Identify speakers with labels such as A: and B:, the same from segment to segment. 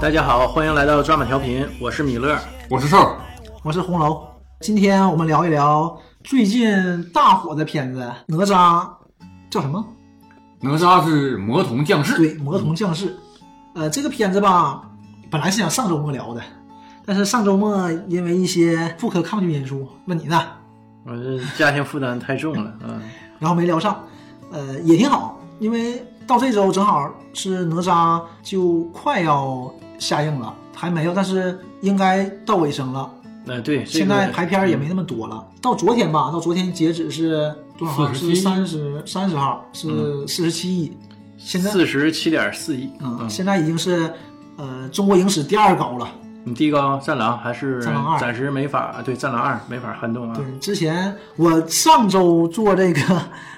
A: 大家好，欢迎来到抓马调频，我是米勒。
B: 我是瘦，
C: 我是红楼。今天我们聊一聊最近大火的片子《哪吒》，叫什么？
B: 哪吒是魔童降世，
C: 对，《魔童降世》。呃，这个片子吧，本来是想上周末聊的，但是上周末因为一些不可抗拒因素，问你呢，
A: 我这家庭呃负担太重了，嗯，
C: 然后没聊上。呃，也挺好，因为到这周正好是哪吒就快要下映了，还没有，但是应该到尾声了。
A: 那、对，这个嗯
C: 现在排片儿也没那么多了。到昨天吧，到昨天截止是多少号？是
B: 47
C: 三十三十号，是四十七亿。现在
A: 嗯四十七点四亿，
C: 啊、
A: 嗯，
C: 现在已经是呃中国影史第二高了。
A: 你第一高《战狼》还是
C: 战狼二
A: 暂时没法啊对《战狼二》没法撼动啊
C: 对，，之前我上周做这个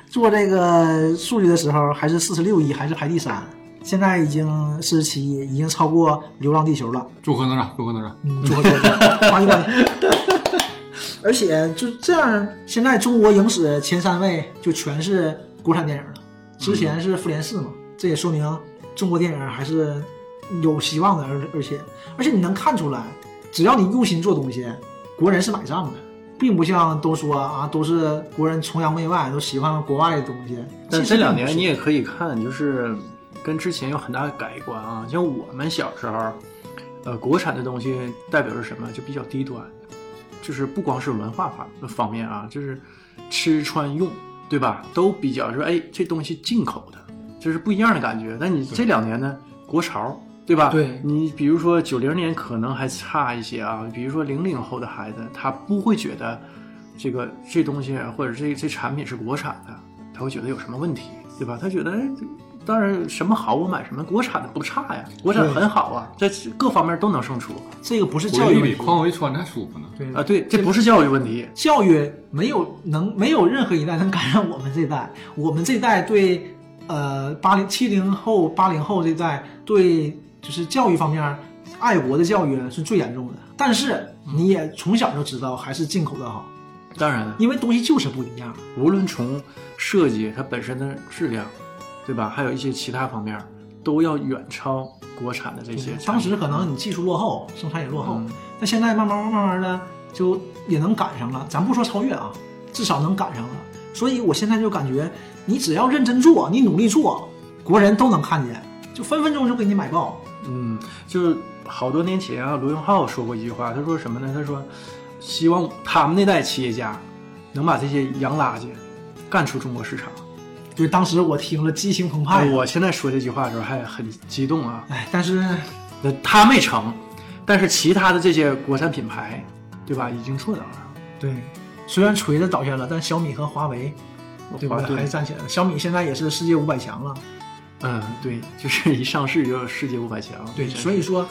C: 做这个数据的时候，还是四十六亿，还是排第三。现在已经四十七亿，已经超过《流浪地球》了。
B: 祝贺哪吒，祝贺哪吒。
C: 嗯，做做做， 八一八一。而且就这样，现在中国影史前三位就全是国产电影了。之
A: 嗯
C: 前是复联四嘛，这也说明中国电影还是有希望的。而而且而且你能看出来，只要你用心做东西，国人是买账的，并不像都说啊都是国人崇洋媚外，都喜欢国外的东西。
A: 但
C: 其实
A: 这两
C: 并
A: 年
C: 不是
A: 你也可以看，就是跟之前有很大的改观啊。像我们小时候，呃，国产的东西代表着什么？就比较低端，就是不光是文化方方面啊，就是吃穿用，对吧？都比较说，哎，这东西进口的，这是不一样的感觉。但你这两年呢，国潮。对吧？
C: 对
A: 你比如说九零年可能还差一些啊，比如说零零后的孩子，他不会觉得这个这东西啊或者这这产品是国产的，他会觉得有什么问题，对吧？他觉得，哎这当然什么好我买什么，国产的不差呀，国产很好啊，在各方面都能胜出
C: 这个不是教
B: 回
C: 育
B: 力
C: 问
B: 比
C: 题
B: 匡威穿的还舒服呢。
C: 对
A: 啊。对，这不是教育问题，
C: 教育没有能没有任何一代能赶上我们这代，我们这代对呃八零七零后八零后这代对就是教育方面爱国的教育是最严重的，但是你也从小就知道还是进口的好，
A: 当然了
C: 因为东西就是不一样。
A: 无论从设计它本身的质量，对吧？还有一些其他方面，都要远超国产的这些产品。
C: 当时可能你技术落后，生产也落后
A: 嗯，
C: 那、现在慢慢慢慢的就也能赶上了。咱不说超越啊，至少能赶上了。所以我现在就感觉，你只要认真做，你努力做，国人都能看见，就分分钟就给你买爆。
A: 嗯，就是好多年前啊，罗永浩说过一句话，他说什么呢？他说，希望他们那代企业家能把这些洋垃圾干出中国市场。
C: 对，当时我听了激情澎湃。
A: 哎
C: 啊
A: 我现在说这句话的时候还很激动啊。
C: 哎，但是
A: 那他没成，但是其他的这些国产品牌，对吧，已经做到了。
C: 对，虽然锤子倒下了，但小米和华为，对吧？
A: 华对
C: 还是站起来了。小米现在也是世界五百强了。
A: 嗯，对， 就是一上市就世界五百强。
C: 对，
A: 啊真是
C: 所以说，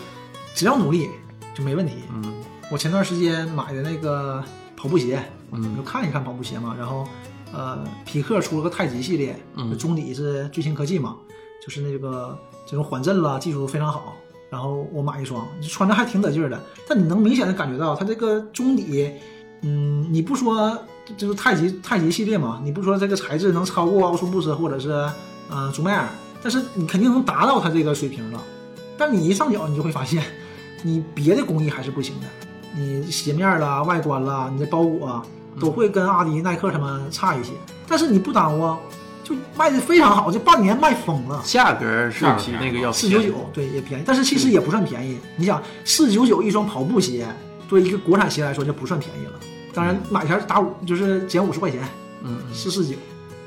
C: 只要努力就没问题。
A: 嗯
C: 我前段时间买的那个跑步鞋，
A: 嗯
C: 就看一看跑步鞋嘛。然后，呃，匹克出了个太极系列，
A: 嗯
C: 就中底是最新科技嘛，就是那个这种缓震啦，技术非常好。然后我买一双，就穿着还挺得劲儿的，但你能明显的感觉到它这个中底，嗯，你不说就是太极太极系列嘛，你不说这个材质能超过奥数布斯或者是呃祖迈尔，但是你肯定能达到它这个水平了。但你一上脚，你就会发现， 你别的工艺还是不行的，你鞋面儿啦、外观啦、你的包裹啊，都会跟阿迪、耐克他们差一些。但是你不耽误啊，就卖的非常好，这半年卖疯了，
A: 价格是比那个要
C: 四九
A: 便宜
C: 九，对，也便宜。但是其实也不算便宜，你想四九九一双跑步鞋，对一个国产鞋来说就不算便宜了。当然买下打五就是减五十块钱，
A: 嗯嗯
C: 四四九，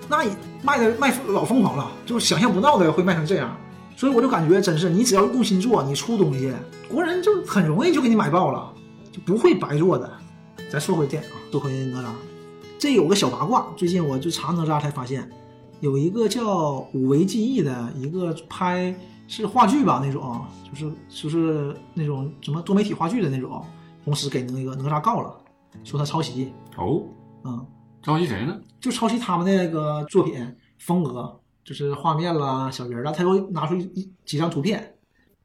C: 那也卖的卖老疯狂了，就想象不到的会卖成这样。所以我就感觉真是，你只要用心做，你出东西，国人就很容易就给你买爆了，就不会白做的。咱说回电影啊，说回哪吒，这有个小八卦，最近我就查哪吒才发现，有一个叫《五维记忆》的一个拍是话剧吧那种，就是就是那种什么多媒体话剧的那种，公司给那个哪吒告了，说他抄袭，
B: 哦，
C: 嗯，
B: 着急谁呢？
C: 就抄袭他们的那个作品风格，就是画面啦、小人儿啦，他又拿出一一几张图片，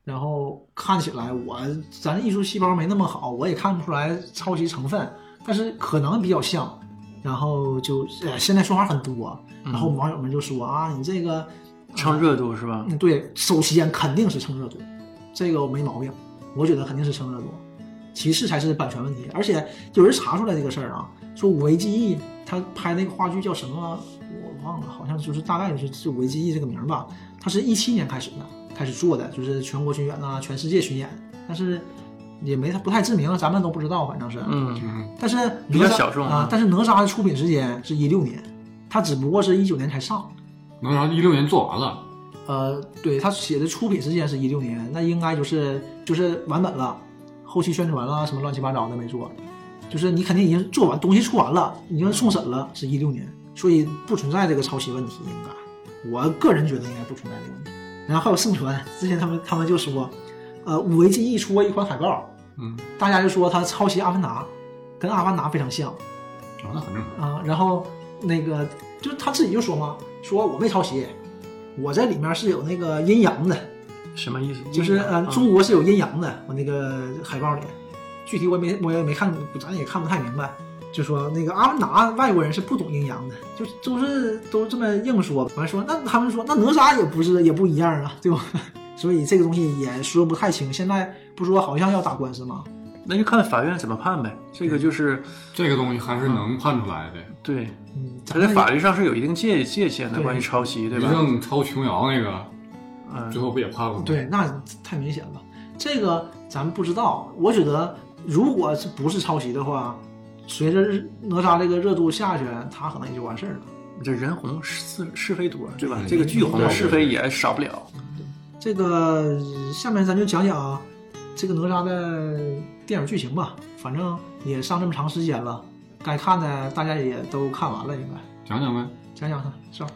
C: 然后看起来我咱艺术细胞没那么好，我也看不出来抄袭成分，但是可能比较像。然后就、呃、现在说法很多，然后网友们就说啊，你这个
A: 蹭热度是吧？
C: 嗯，对，首先肯定是蹭热度，这个我没毛病，我觉得肯定是生热多。其次才是版权问题，而且有人查出来这个事儿啊，说五维记忆他拍那个话剧叫什么我忘了，好像就是大概就是就五维记忆这个名儿吧，他是一七年开始的，开始做的，就是全国巡演呐、全世界巡演，但是也没不太知名，咱们都不知道，反正是，
A: 嗯，
B: 嗯，
C: 但是
A: 比
C: 哪
A: 较
C: 吒
A: 小众
C: 啊
A: 啊，
C: 但是哪吒的出品时间是一六年，他只不过是一九年才上。
B: 哪吒一六年做完了，
C: 呃，对他写的出品时间是一六年，那应该就是就是完本了，后期宣传啦什么乱七八糟的没做，就是你肯定已经做完东西出完了，已经送审了，是一六年，所以不存在这个抄袭问题，应该，我个人觉得应该不存在这个问题。然后还有盛传，之前他们他们就说，呃，五维记忆出过一款海报，
B: 嗯，
C: 大家就说它抄袭《阿凡达》，跟《阿凡达》非常像，
B: 啊，那很正常。
C: 啊，然后那个就是他自己就说嘛，说我没抄袭，我这里面是有那个阴阳的，
A: 什么意思？
C: 就是呃
A: 嗯，
C: 中国是有阴阳的，我那个海报里，具体我也没我也没看，咱也看不太明白。就说那个阿凡达外国人是不懂阴阳的，就都是都这么硬说。完说那他们说那哪吒也不是也不一样啊，对吧？ 所以这个东西也说不太清。现在不说好像要打官司吗？
A: 那就看法院怎么判呗。这个就是
B: 这个东西还是能判出来的。
A: 对，
C: 嗯，咱
A: 它在
C: 们
A: 法律上是有一定界界限的，
C: 对
A: 关于抄袭，对
B: 李
A: 吧？
B: 正抄琼瑶那个，
A: 嗯，
B: 最后不也判了吗？
C: 对，那太明显了。这个咱们不知道。我觉得，如果是不是抄袭的话，随着哪吒这个热度下去，他可能也就完事儿了。
A: 这人红是是非多，对吧？
B: 嗯
A: 这个剧红
B: 对
A: 是非也少不了。
C: 这个下面咱就讲讲这个哪吒的电影剧情吧。反正也上这么长时间了，该看的大家也都看完了，应该
B: 讲讲呗。
C: 讲讲看，是吧？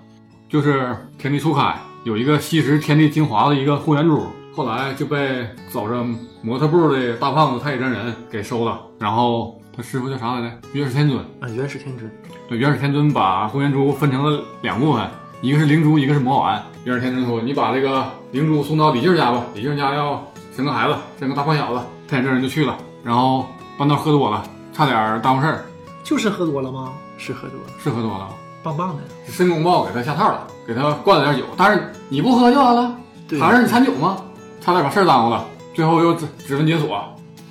B: 就是天地初开有一个吸食天地精华的一个护元珠，后来就被走着模特步的大胖子太乙真人给收了。然后他师傅叫啥来着？月是天尊。
A: 啊，元始天尊，
B: 对，元始天尊把护元珠分成了两部分，一个是灵珠，一个是魔丸。元始天尊说：“你把这个灵珠送到李靖家吧，李靖家要生个孩子，生个大胖小子。”太乙真人就去了，然后半道喝多了，差点耽误事儿，
C: 就是喝多了吗？
A: 是喝多了。
B: 是喝多了。
C: 棒棒的，
B: 申公豹给他下套了，给他灌了点酒，但是你不喝就完了，
A: 对，
B: 还让你掺酒吗？差点把事儿耽误了，最后又指指纹解锁，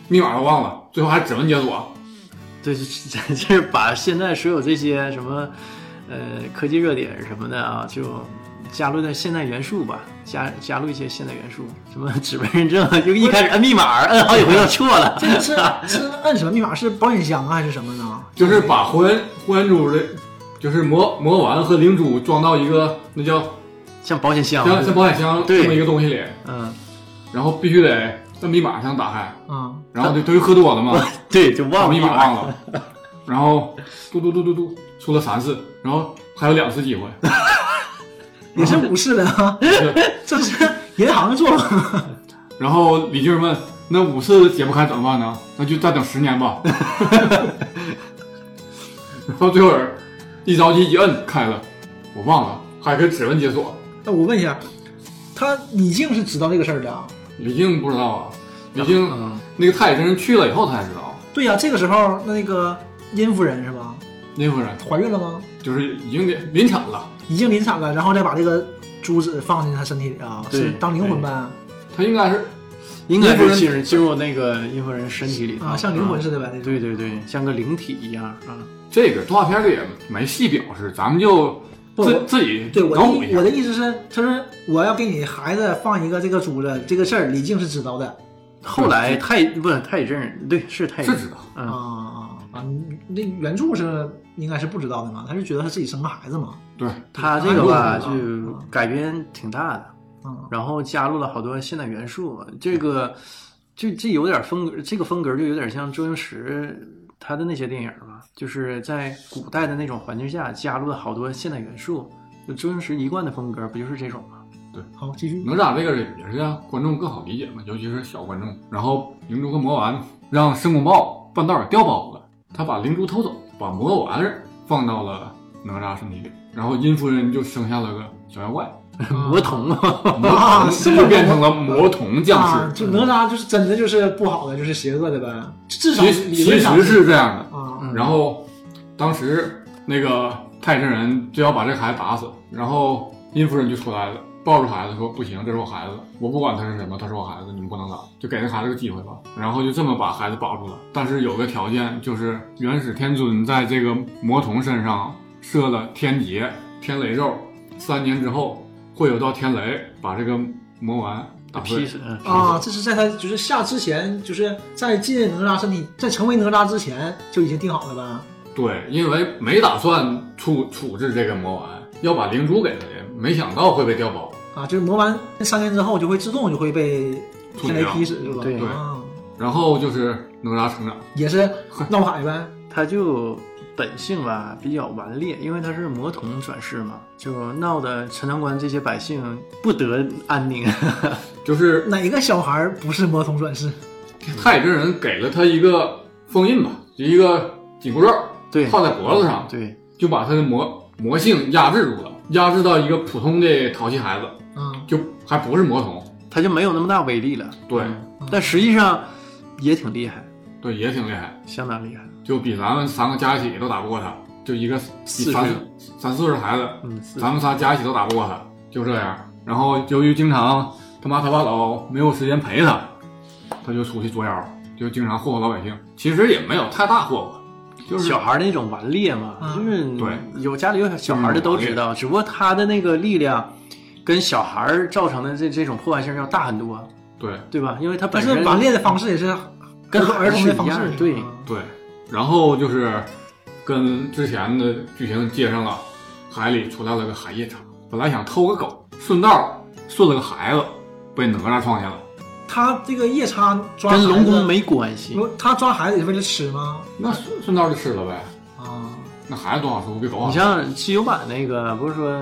B: 密码都忘了，最后还指纹解锁。
A: 对， 这这把现在所有这些什么，呃，科技热点什么的啊，就加入点现代元素吧，加加入一些现代元素，什么指纹认证啊，就一开始摁密码，摁好几回都错了。
C: 这个是是按什么密码？是保险箱啊还是什么呢？
B: 就是把呼延呼延珠的，就是魔魔丸和灵珠装到一个那叫
A: 像保险箱，
B: 像像保险箱
A: 对
B: 这么一个东西里，
A: 嗯，
B: 然后必须得摁密码才能打开，
C: 啊、
B: 然后就他就喝多了嘛，
A: 对，就
B: 把
A: 忘了
B: 密
A: 密
B: 码
A: 码。
B: 忘了，然后嘟嘟嘟嘟嘟出了三次，然后还有两次机会，
C: 也是武士的啊，这是银行做法。
B: 然后李靖问：“那五次解不开怎么办呢？那就再等十年吧。” 然后最后人一着急一摁开了，我忘了，还可以指纹解锁。
C: 那我问一下，他李靖是知道这个事儿的啊？
B: 李靖不知道啊，李靖、
A: 嗯，
B: 那个太乙真人去了以后他才知道。
C: 对呀、这个时候那个殷夫人是吧？
B: 那夫人
C: 怀孕了吗？
B: 就是已经给临产了，
C: 已经临产了，然后再把这个珠子放进她身体里啊，
A: 对
C: 是当灵魂呗
B: 他应该是
A: 应该是进入进入那个阴魂人身体里头嗯
C: 啊，像灵魂似的呗那种。
A: 对对对，像个灵体一样啊。
B: 这个动画片里也没细表示，咱们就
C: 不我
B: 自自己
C: 对我
B: 脑补
C: 的
B: 一
C: 意
B: 下
C: 我。的意思是，他说我要给你孩子放一个这个珠子，这个事儿李靖是知道的
A: 后来太不是太乙真人，对，是太乙
B: 是
A: 真人，
B: 知道，
C: 啊
A: 嗯，
C: 啊啊！那原著是应该是不知道的嘛，他是觉得他自己生个孩子嘛，
B: 对，
A: 他这个吧
C: 啊
A: 就改编挺大的。
C: 嗯，
A: 然后加入了好多现代元素，这个就这有点风格，这个风格就有点像周星驰他的那些电影嘛，就是在古代的那种环境下加入了好多现代元素。就周星驰一贯的风格不就是这种吗？
C: 好，继续。啊
B: 哪吒这个也是让观众更好理解嘛，尤其是小观众。然后灵珠和魔丸让申公豹半道儿也掉包了，他把灵珠偷走，把魔丸儿放到了哪吒身体里，然后殷夫人就生下了个小妖怪，
A: 魔童啊，
B: 魔
C: 啊是吗
B: 就变成了魔童
A: 嗯
B: 降
C: 啊，
B: 世。
C: 就哪吒就是真的就是不好的，就是邪恶的呗，至少
B: 其实
C: 理
B: 其
C: 论上
B: 实是这样的。
C: 啊，
A: 嗯
B: 然后当时那个太乙真人就要把这个孩子打死，然后殷夫人就出来了，抱着孩子说：“不行，这是我孩子，我不管他是什么，他是我孩子，你们不能打，就给那孩子个机会吧。”然后就这么把孩子保住了。但是有个条件，就是元始天尊在这个魔童身上设了天劫、天雷咒，三年之后会有道天雷把这个魔丸 打碎
A: 劈。死，嗯
C: 啊，这是在他就是下之前，就是在进哪吒身体，在成为哪吒之前就已经定好了呗。
B: 对，因为没打算处处置这个魔丸，要把灵珠给他的，没想到会被调包。
C: 啊，就是磨完三年之后就会自动就会被天雷劈死，是吧？
A: 对
C: 啊，
B: 然后就是哪吒成长，
C: 也是闹海呗。
A: 他就本性吧比较顽劣，因为他是魔童转世嘛，就闹得陈塘关这些百姓不得安宁。
B: 就是
C: 哪个小孩儿不是魔童转世？
B: 太乙真人给了他一个封印吧，一个紧箍咒，
A: 对，
B: 套在脖子上，
A: 对，
B: 就把他的魔魔性压制住了，压制到一个普通的淘气孩子，
C: 啊，
B: 就还不是魔童。
A: 他就没有那么大威力了。嗯
B: 对
A: 但实际上也挺厉害，
B: 对，也挺厉害，
A: 相当厉害。
B: 就比咱们三个加一起都打不过他，就一个
A: 四
B: 三
A: 岁
B: 三四岁的孩子，
A: 嗯，是
B: 咱们仨加一起都打不过他，就这样。然后由于经常他妈他爸老没有时间陪他，他就出去作妖，就经常霍霍老百姓。其实也没有太大霍霍，就是
A: 小孩儿那种顽劣嘛，
C: 啊
A: 就是
B: 对
A: 有家里有小孩儿的都知道，只不过他的那个力量跟小孩儿造成的这这种破坏性要大很多，
B: 对
A: 对吧？因为他本
C: 但是
A: 身
C: 顽劣的方式也是
A: 跟
C: 儿童
A: 是
C: 的
A: 一
C: 方式啊
A: 样，，对，
B: 对。然后就是跟之前的剧情接上了，海里出来了个海夜叉，本来想偷个狗，顺道顺了个孩子，被哪吒撞见了。
C: 他这个夜叉抓
A: 跟龙宫
C: 没，
A: 没关系。
C: 他抓孩子也是为了吃吗？
B: 那顺顺道就吃了呗。
C: 啊，
B: 那孩子多好吃，不比狗好
A: 你
B: 吃？
A: 像七九版那个，不是说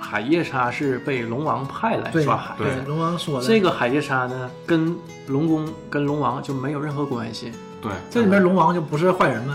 A: 海夜叉是被龙王派来
C: 对
A: 抓海
B: 对
A: 的，
C: 对，龙王说的
A: 这个海夜叉呢，跟龙宫跟龙王就没有任何关系，
B: 对，
C: 这里面龙王就不是坏人呗。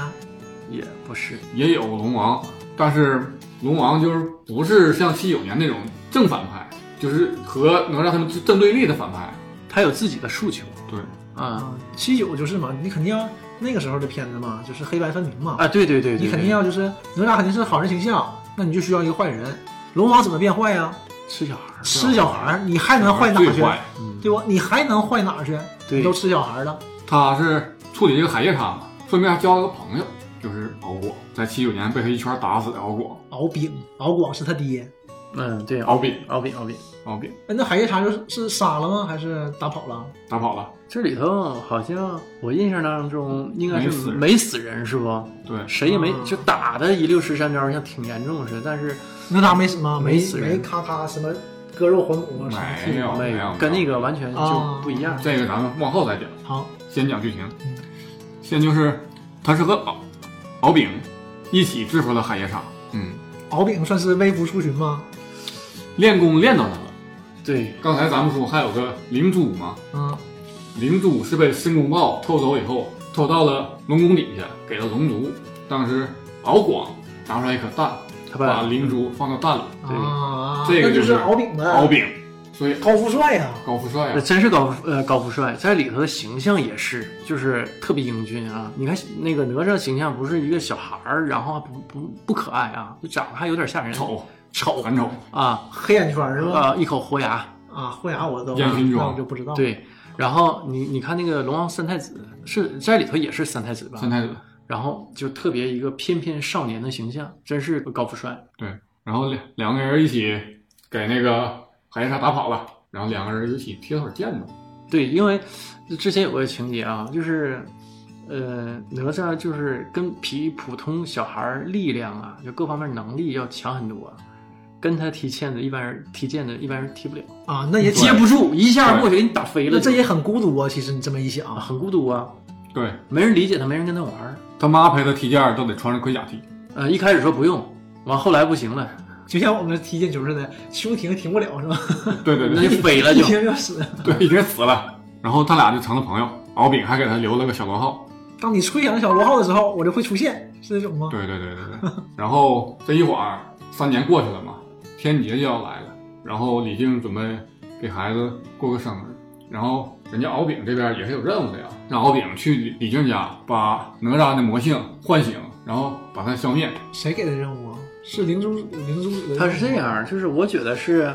A: 也不是。
B: 也有龙王，但是龙王就是不是像七九年那种正反派，就是和能让他们正对立的反派。
A: 他有自己的诉求
B: 对，
A: 啊、
C: 啊，七九就是嘛，你肯定要那个时候的片子嘛，就是黑白分明嘛，
A: 啊！对对对对，
C: 你肯
A: 对
C: 定要就是哪吒肯定是好人形象，那你就需要一个坏人。龙王怎么变坏呀、
A: 吃小孩儿，
C: 吃小孩儿，你还能坏哪
B: 最
C: 儿去？
B: 坏，
A: 嗯，
C: 对吧？你还能坏哪儿去？
A: 对
C: 你都吃小孩了，
B: 他是处理这个海夜叉嘛，顺便还交了个朋友，就是敖果，在七九年被他一拳打死的敖果，
C: 敖丙、敖广是他爹。
A: 嗯，对，
C: 哦
B: 敖丙，
A: 敖丙敖丙，
B: 敖丙
C: 哎，那海夜叉就是是杀了吗？还是打跑了？
B: 打跑了。
A: 这里头好像我印象当中应该
B: 没死
A: 是
B: 人嗯
A: 没死人是不？
B: 对，
A: 谁也没
C: 啊
A: 就打的一溜十三招，像挺严重似的，但是
C: 哪吒没死吗？
A: 没
C: 没
A: 死人
C: 没咔咔什么割肉还骨啊什么
B: 没有
A: 没
B: 没有，
A: 跟那个完全就不一样。
B: 这个咱们往后再讲，
C: 好，
B: 先讲剧情
C: 嗯。
B: 先就是他是和敖敖丙一起制服了海夜叉，嗯，
C: 敖丙算是微服出巡吗？
B: 练功练到他了。
A: 对，
B: 刚才咱们说还有个灵珠嘛，
C: 嗯，
B: 灵珠是被申公豹偷走以后，偷到了龙宫底下，给了龙族。当时敖广拿出来一颗蛋，
A: 他
B: 把
A: 把
B: 灵珠放到蛋里，
A: 对
C: 啊，
B: 这个
C: 那
B: 就是
C: 是敖丙的
B: 敖丙，所以
C: 高富帅呀、
B: 高富帅
A: 呃
B: 啊，
A: 真是高富呃高富帅，在里头的形象也是，就是特别英俊啊。你看那个哪吒形象不是一个小孩儿，然后还不不不可爱啊，就长得还有点吓人，
B: 丑
A: 丑
B: 很丑，
A: 啊
C: 黑眼圈是吧？
A: 啊，一口豁牙，
C: 啊，豁牙我都
B: 烟熏
C: 那
B: 妆
C: 我就不知道。，
A: 对。然后你你看那个龙王三太子是在里头也是三太子吧？
B: 三太子。
A: 然后就特别一个翩翩少年的形象，真是高富帅。
B: 对，然后两两个人一起给那个海夜叉打跑了，然后两个人一起踢了会儿毽子。
A: 对，因为之前有个情节啊，就是呃，哪吒就是跟比普通小孩儿力量啊，就各方面能力要强很多，啊跟他踢毽子，一般人踢毽子一般人踢不了，
C: 啊，那也
B: 对
A: 接不住，一下过去给你打飞
C: 那
A: 了就，
C: 这也很孤独啊。其实你这么一
A: 啊
C: 想，
A: 很孤独啊，
B: 对
A: 没人理解他，没人跟他玩儿。
B: 他妈陪他踢毽儿都得穿着盔甲踢，
A: 呃，一开始说不用，完后来不行 了，
C: 就像我们踢毽球似的，胸停停不了是吧？
B: 对对
A: 那
B: 对
A: 就飞了
C: 一
A: 就。
C: 停就死。
B: 对，已经死了。然后他俩就成了朋友，敖丙还给他留了个小螺号。
C: 当你吹响小螺号的时候，我就会出现，是这种吗？
B: 对对对对对。然后这一晃儿三年过去了嘛，天劫就要来了。然后李靖准备给孩子过个生日，然后人家敖丙这边也是有任务的呀，让敖丙去李李靖家把哪吒的魔性唤醒，然后把他消灭。
C: 谁给的任务啊？是灵珠灵珠，
A: 它是这样，就是我觉得是，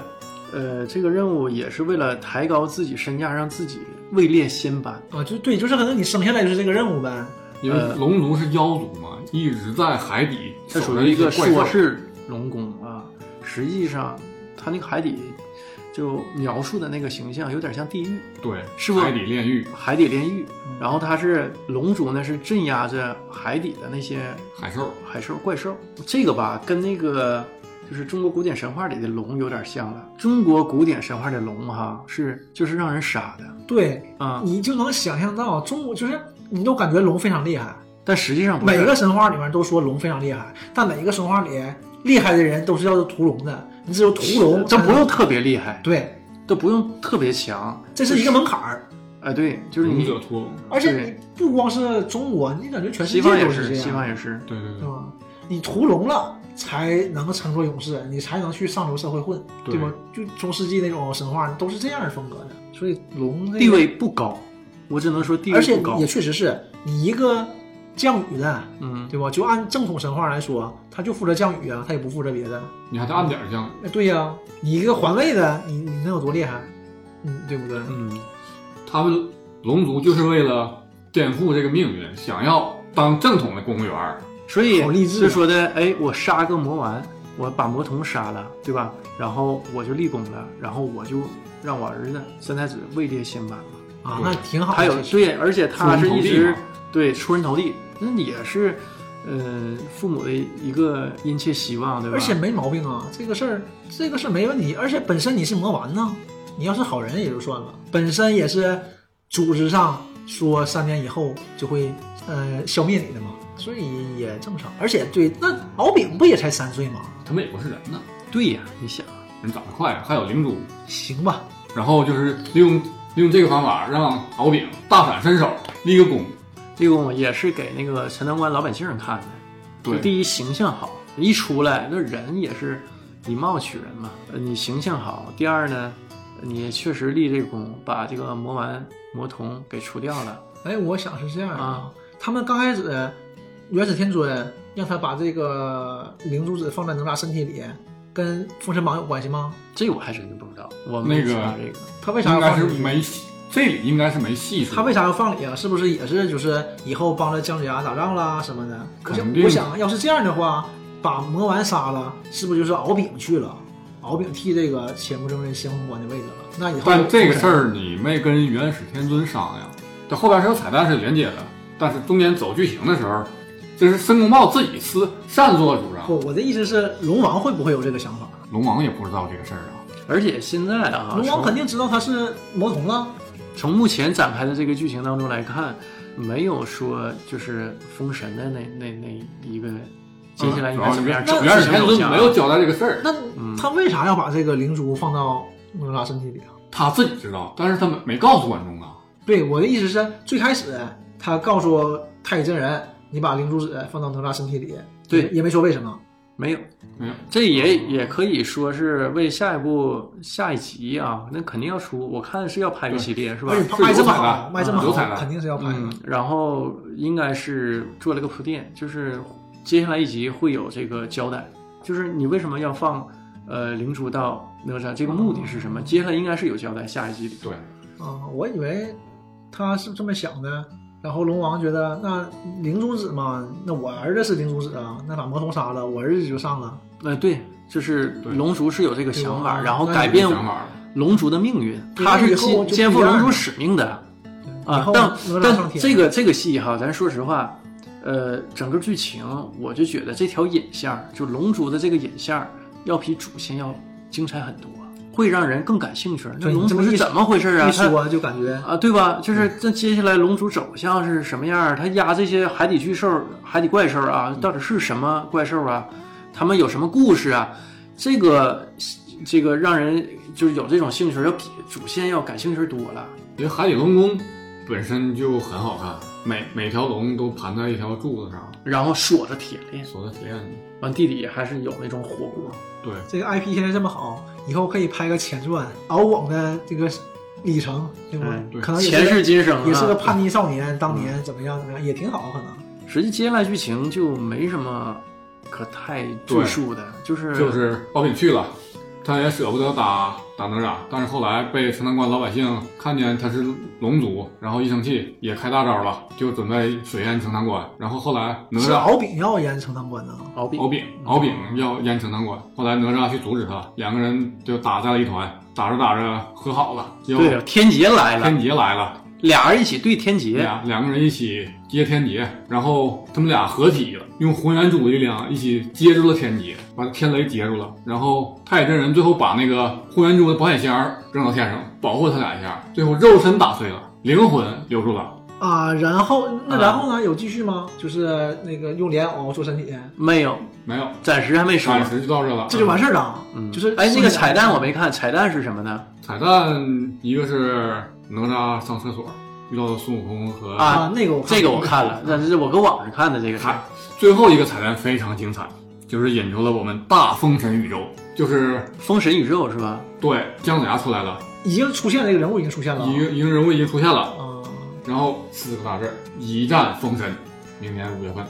A: 呃，这个任务也是为了抬高自己身价，让自己位列仙班。
C: 啊，就对，就是可能你生下来就是这个任务呗。
B: 因为龙族是妖族嘛，一直在海底，
A: 呃它属于一个
B: 怪兽
A: 说。是龙宫啊，实际上它那个海底就描述的那个形象有点像地狱，
B: 对，
A: 是不
B: 海底炼狱、
A: 海底炼狱。然后它是龙族呢，是镇压着海底的那些
B: 海兽，
A: 海兽、怪兽。这个吧，跟那个就是中国古典神话里的龙有点像了。中国古典神话的龙哈是就是让人傻的
C: 对，
A: 啊、
C: 你就能想象到中国就是你都感觉龙非常厉害，
A: 但实际上不
C: 每
A: 是
C: 个神话里面都说龙非常厉害，但每一个神话里厉害的人都是要屠龙的，你只有屠龙，
A: 这不用特别厉害，
C: 对，
A: 这不用特别强，
C: 这是一个门槛儿。
A: 哎、对，就是
B: 勇
A: 你
B: 者屠龙。
C: 而且
A: 对
C: 你不光是中国，你感觉全世
A: 西
C: 界
A: 方也
C: 都
A: 是，
C: 这样，
A: 西方也是，
B: 对对
C: 对吧？你屠龙了才能称作勇士，你才能去上流社会混，
B: 对
C: 对吧？就中世纪那种神话都是这样的风格的，所以龙这个
A: 地位不高，我只能说地
C: 而
A: 位
C: 且
A: 不高
C: 也。确实是你一个降雨的，
A: 嗯，
C: 对吧？就按正统神话来说，他就负责降雨啊，他也不负责别的。
B: 对，你还得按点儿降。
C: 哎，对呀、你一个环卫的，你你能有多厉害？嗯，对不对？
A: 嗯，
B: 他们龙族就是为了颠覆这个命运，想要当正统的公务员儿。
A: 所以
C: 好励志啊
A: 就说的，哎，我杀个魔丸，我把魔童杀了，对吧？然后我就立功了，然后我就让我儿子三太子位列仙班嘛。
C: 啊，
B: 对
C: 那挺好的。
A: 还有
C: 其实
A: 对，而且他是一
B: 出人
A: 直
B: 头地嘛
A: 对出人头地，那也是，呃，父母的一个殷切希望，对吧？
C: 而且没毛病啊，这个事儿，这个事儿没问题。而且本身你是魔丸呢，你要是好人也就算了，本身也是组织上说三年以后就会呃消灭你的嘛，所以也正常。而且对，那敖丙不也才三岁吗？
B: 他们也不是人呐，
A: 对呀，你想，
B: 人长得快啊，还有灵珠。
C: 行吧，
B: 然后就是利用利用这个方法，让敖丙大展身手，立个功。
A: 这个我也是给那个陈塘关老百姓看的，就
B: 对，
A: 第一形象好，一出来那人也是以貌取人嘛，呃你形象好。第二呢，你确实立这功，把这个魔丸魔童给除掉了。
C: 哎，我想是这样的
A: 啊，
C: 他们刚开始，呃元始天尊让他把这个灵珠子放在哪吒身体里，跟封神榜有关系吗？
A: 这我还真就不知道，我没
B: 那个
A: 知道这个。
C: 他为啥
B: 应
C: 要
B: 该
C: 放
B: 是
C: 进去？
B: 没戏这里应该是没戏说。
C: 他为啥要放里啊？是不是也是就是以后帮着姜子牙打仗啦什么的？可是
B: 肯定
C: 我想要是这样的话，把魔丸杀了，是不是就是敖丙去了？敖丙替这个前不正人先锋官的位置了。那以后
B: 但这个事儿啊你没跟元始天尊商量，这后边是有彩蛋是连接的，但是中间走剧情的时候，这是申公豹自己私擅作主张，
C: 不，我的意思是，龙王会不会有这个想法？
B: 龙王也不知道这个事儿啊。
A: 而且现在啊，
C: 龙王肯
A: 从
C: 定知道他是魔童了。
A: 从目前展开的这个剧情当中来看，没有说就是封神的那那那一个接下来应该怎么样？
B: 嗯主要
A: 整个剧
B: 是元始
A: 情
B: 天
A: 走
B: 尊
A: 向
B: 没有交代这个事儿，
C: 那
A: 嗯
C: 他为啥要把这个灵珠放到哪吒身体里啊？
B: 他自己知道，但是他没没告诉观众啊。
C: 对，我的意思是，最开始他告诉太乙真人，你把灵珠子放到哪吒身体里，
A: 对
C: 也没说为什么。
A: 没有。
B: 没有，
A: 这也也可以说是为下一部下一集啊，那肯定要出。我看是要拍一系列是啊吧
C: 而？且他卖这么
B: 是有彩
C: 好，
B: 蛋
C: 卖这么
B: 嗯有彩
C: 好，
B: 蛋
C: 肯定是要拍的。
A: 嗯，然后应该是做了个铺垫，就是接下来一集会有这个交代，就是你为什么要放呃灵珠到哪吒，这个目的是什么？接下来应该是有交代，下一集里。
B: 对，
C: 啊、我以为他是这么想的。然后龙王觉得，那灵珠子嘛，那我儿子是灵珠子啊，那把魔童杀了，我儿子就上了。
A: 呃，对，就是
B: 对
A: 龙族是有这个想法，
C: 对
A: 然后
C: 那
A: 改
C: 有
A: 变
B: 想法了
A: 龙族的命运，
C: 对
A: 他
C: 那以
A: 是
C: 后
A: 肩
C: 就
A: 肩
C: 不
A: 负
C: 一样
A: 龙族
C: 了
A: 使命的。
C: 以
A: 啊
C: 后，
A: 但
C: 哪吒上
A: 但
C: 天，
A: 这个这个戏哈，咱说实话，呃，整个剧情我就觉得这条引线儿，就龙族的这个引线儿，要比主线要精彩很多，会让人更感兴趣。那
C: 对
A: 龙
C: 这
A: 族
C: 么
A: 是
C: 一
A: 怎么回事啊？
C: 一
A: 他
C: 说就感觉
A: 啊，对吧？就是
C: 嗯
A: 这接下来龙族走向是什么样儿？他压这些海底巨兽、海底怪兽啊，到底是什么怪兽啊？他们有什么故事啊？这个这个让人就是有这种兴趣，要比主线要感兴趣多了。
B: 因为海底龙宫本身就很好看，每每条龙都盘在一条柱子上，
A: 然后锁着铁链。
B: 锁在铁链里。
A: 完地底还是有那种火锅，
B: 对，
C: 这个 IP 现在这么好，以后可以拍个前传，敖广的这个里程，对吧？
A: 嗯
B: 对
C: 可能也
A: 前
C: 是
A: 世今生、啊、
C: 也是个叛逆少年，当年怎么样怎么样，也挺好，可能。
A: 实际接下来剧情就没什么可太
B: 对
A: 赘述的，就是
B: 就是包庇去了，他也舍不得打打哪吒，但是后来被城南关老百姓看见他是龙族，然后一生气也开大招了，就准备水淹城南关，然后后来哪
C: 是
B: 吒。
C: 敖丙要淹城南关呢？
A: 敖丙
B: 敖丙，敖丙要淹城南关，后来哪吒去阻止他，两个人就打在了一团，打着打着和好了，又
A: 对，天劫来了，
B: 天劫来了，
A: 俩人一起对天劫，
B: 两两个人一起接天劫，然后他们俩合体了，用混元珠的力量一起接住了天劫，把天雷截住了。然后太乙真人最后把那个混元珠的保险箱扔到天上，保护他俩一下，最后肉身打碎了，灵魂留住了。
C: 啊，然后那
A: 啊
C: 然后呢？有继续吗？就是那个用莲藕做身体，
A: 没有，
B: 没有，
A: 暂时还没说。
B: 暂时就到这了。啊
C: 这就完事儿了。
A: 嗯
C: 就是
A: 哎，那个彩蛋我没看，彩蛋是什么呢？
B: 彩蛋，一个是哪吒上厕所遇到孙悟空和
A: 啊
C: 啊，那个我
A: 这个我看了，但是我搁网上看的这个是
B: 看最后一个彩蛋非常精彩，就是引出了我们大封神宇宙，就是
A: 封神宇宙是吧？
B: 对姜子牙出来了。
C: 已经出现了，这个人物已经出现了。
B: 一个一个人物已经出现了，
C: 啊，
B: 然后四个大字儿一战封神，明年五月份，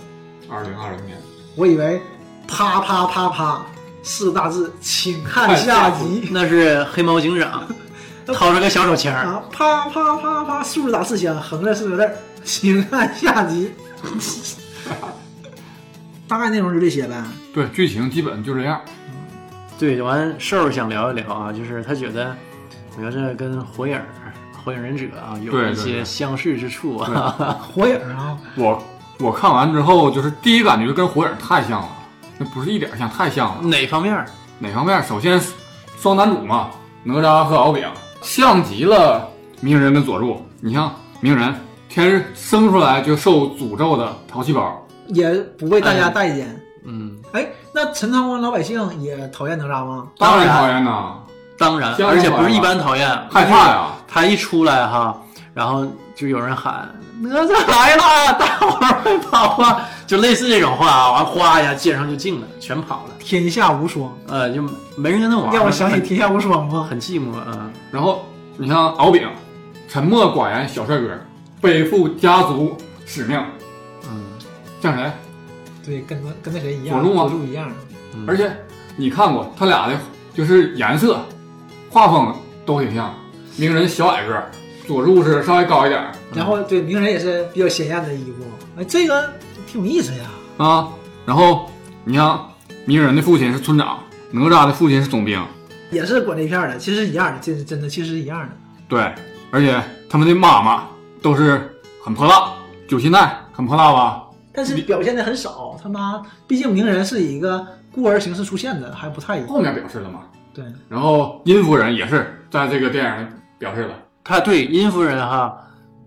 B: 二零二零年。
C: 我以为啪啪啪啪四个大字，请看下集
A: 那是黑猫警 长掏出个小手枪儿，
C: 啊，啪啪啪啪，竖着打四枪，横着四个字儿，请看下 集。大概内容就这些呗。
B: 对，剧情基本就这样。
A: 对，完瘦儿想聊一聊啊，就是他觉得哪吒跟火影儿、火影忍者啊有
B: 对
A: 一
B: 对
A: 些
B: 对
A: 相似之处啊。
C: 火影啊，
B: 我我看完之后，就是第一感觉跟火影太像了，那不是一点儿像，太像了。
A: 哪方面儿？
B: 哪方面？首先，双男主嘛，哪吒和敖丙，像极了鸣人跟佐助。你像鸣人，天生出来就受诅咒的淘气包，
C: 也不被大家待见。
A: 嗯，
C: 哎，那陈塘关老百姓也讨厌哪吒吗？
A: 当
B: 当
A: 然
B: 然讨厌呐，
A: 当然，
B: 相当
A: 而且不是
B: 吧
A: 一般讨厌，
B: 害怕呀。
A: 他一出来哈，然后就有人喊哪吒来了，大伙儿快跑啊！就类似这种话啊，完哗一下街上就静了，全跑了，
C: 天下无双，
A: 呃，就没人跟他玩儿，
C: 让我想起天下无双吗？
A: 很寂寞啊。
B: 然后你像敖丙，沉默寡言小帅哥，背负家族使命，
A: 嗯，
B: 像谁？
C: 对，跟那跟那谁一样，
B: 佐助吗
C: 佐助一样。
A: 嗯
B: 而且你看过他俩的，就是颜色、画风都挺像。鸣人小矮个儿，佐助是稍微高一点儿
C: 然后对鸣人也是比较鲜艳的衣服，哎，这个挺有意思呀。
B: 啊。然后你像鸣人的父亲是村长，哪吒的父亲是总兵，
C: 也是管这片儿的，其实一样的，这是真的，其实一样的。
B: 对，而且他们的妈妈都是很泼辣，九心奈很泼辣吧？
C: 但是表现的很少，他妈，毕竟鸣人是以一个孤儿形式出现的，还不太一样。
A: 哦
B: 后面表示了嘛。
C: 对，
B: 然后殷夫人也是在这个电影里表示了。
A: 她对殷夫人哈，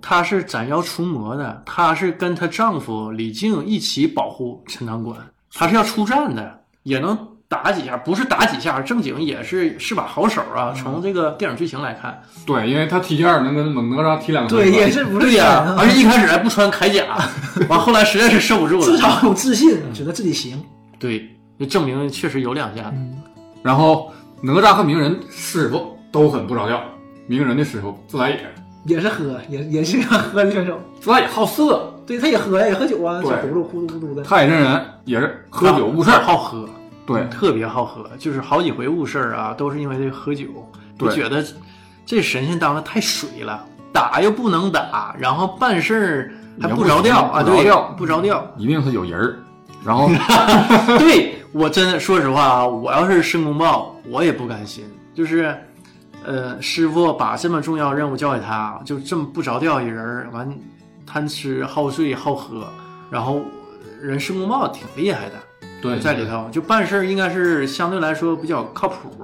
A: 她是斩妖除魔的，她是跟她丈夫李靖一起保护陈塘关，她是要出战的，也能打几下，不是打几下，正经也是是把好手啊。从这个电影剧情来看，对
B: 对，因为他踢毽儿能跟猛哪吒踢两个
C: 对，
B: 回合
C: 也是不是
A: 对
C: 人
A: 呀、
C: 啊，
A: 而且一开始还不穿铠甲， 完后来实在是受不住
C: 至
A: 了，
C: 少有自
A: 嗯
C: 信，觉得自己行。
A: 对，就证明确实有两下。
C: 嗯，
B: 然后哪吒和鸣人师傅都很不着调，鸣人的师傅自来也，
C: 也是喝，也也是个喝的选手。
B: 自来也好色，
C: 对，他也喝呀，也喝酒啊，小
B: 对
C: 葫芦咕嘟咕嘟的。
B: 太乙真人也是喝酒误事
A: 他
B: 儿。
A: 好喝，
B: 对，
A: 特别好喝，就是好几回误事儿啊，都是因为这个喝酒。
B: 对
A: 就觉得这神仙当的太水了，打又不能打，然后办事儿还不着调啊，
B: 也不着调
A: 对，不着调。
B: 一定是有人儿。然后
A: 对我真的说实话啊，我要是申公豹，我也不甘心。就是，呃，师傅把这么重要任务交给他，就这么不着调一人儿，完贪吃好睡好喝，然后呃人申公豹挺厉害的。
B: 对
A: 在里头，就办事儿应该是相对来说比较靠谱，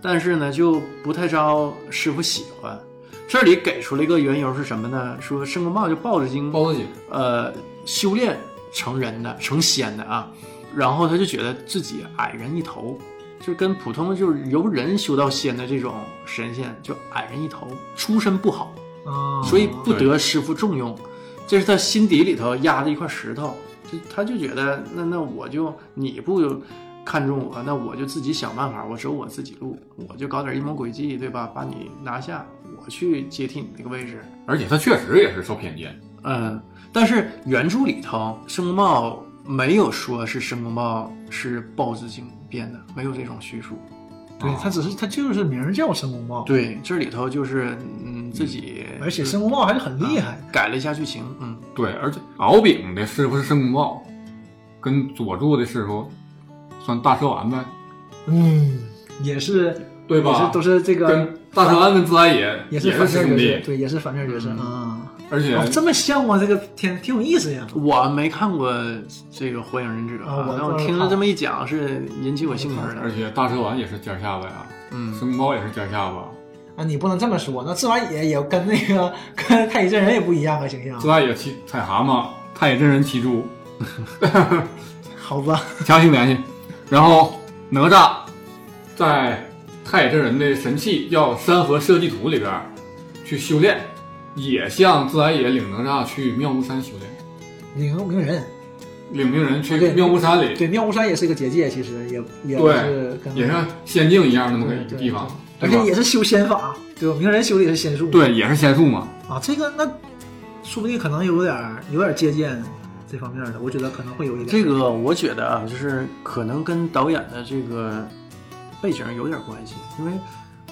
A: 但是呢就不太招师傅喜欢。这里给出了一个缘由是什么呢？说申公豹就抱着经
B: 包子姐，
A: 呃修炼成人的成仙的啊，然后他就觉得自己矮人一头，就跟普通就是由人修到仙的这种神仙就矮人一头，出身不好，
C: 啊，
A: 所以不得师傅重用，这是他心底里头压的一块石头。就他就觉得，那那我就你不看中我，那我就自己想办法，我走我自己路，我就搞点阴谋诡计，对吧？把你拿下，我去接替你那个位置。
B: 而且他确实也是受偏见。
A: 嗯，但是原著里头，申公豹没有说是申公豹是豹子精编的，没有这种叙述。
C: 对
B: 啊
C: 他只是他就是名儿叫申公豹，，
A: 对，这里头就是嗯自己啊
C: 而且申公豹还是很厉害，
A: 改了一下剧情，嗯，
B: 对，而且敖丙的师傅是申公豹，跟佐助的师傅算大蛇丸呗，
C: 嗯，也是
B: 对
C: 也是
B: 吧？
C: 都是这个
B: 跟大蛇丸跟自来也
C: 也
B: 是
C: 是反
B: 师
C: 面
B: 兄
C: 角色，
B: 弟，嗯
C: 对，也是反面角色啊。
B: 而且
C: 哦，这么像吗？这个挺挺有意思呀。
A: 我没看过这个《火影忍者》
C: 啊我
A: 但我
C: 倒是
A: 听了
C: 看
A: 这么一讲，是引起我兴趣
B: 而
A: 了。
B: 且大蛇丸也是尖下巴呀，
A: 嗯，
B: 申公豹也是尖下巴，
C: 啊，你不能这么说，那自来也也跟那个跟太乙真人也不一样啊，形象
B: 自。来也骑踩蛤蟆，太乙真人骑猪，
C: 好吧，
B: 强行联系。然后哪吒在太乙真人的神器叫山河社稷图里边儿去修炼，也向自来也领哪吒去妙木山修炼。
C: 领鸣人，
B: 领命人去
C: 啊对
B: 妙木山里，
C: 对，妙无山也是一个结界，其实也也
B: 对
C: 是跟
B: 也像仙境一样那么个
C: 对
B: 一个
C: 对
B: 地方，
C: 而
B: 对
C: 且
B: 吧？
C: 也是修仙法，对吧？鸣人修的也是仙术，
B: 对，也是仙术嘛。
C: 啊，这个那说不定可能有点儿有点儿借鉴这方面的，我觉得可能会有一点。
A: 这个我觉得啊，就是可能跟导演的这个背景有点关系，因为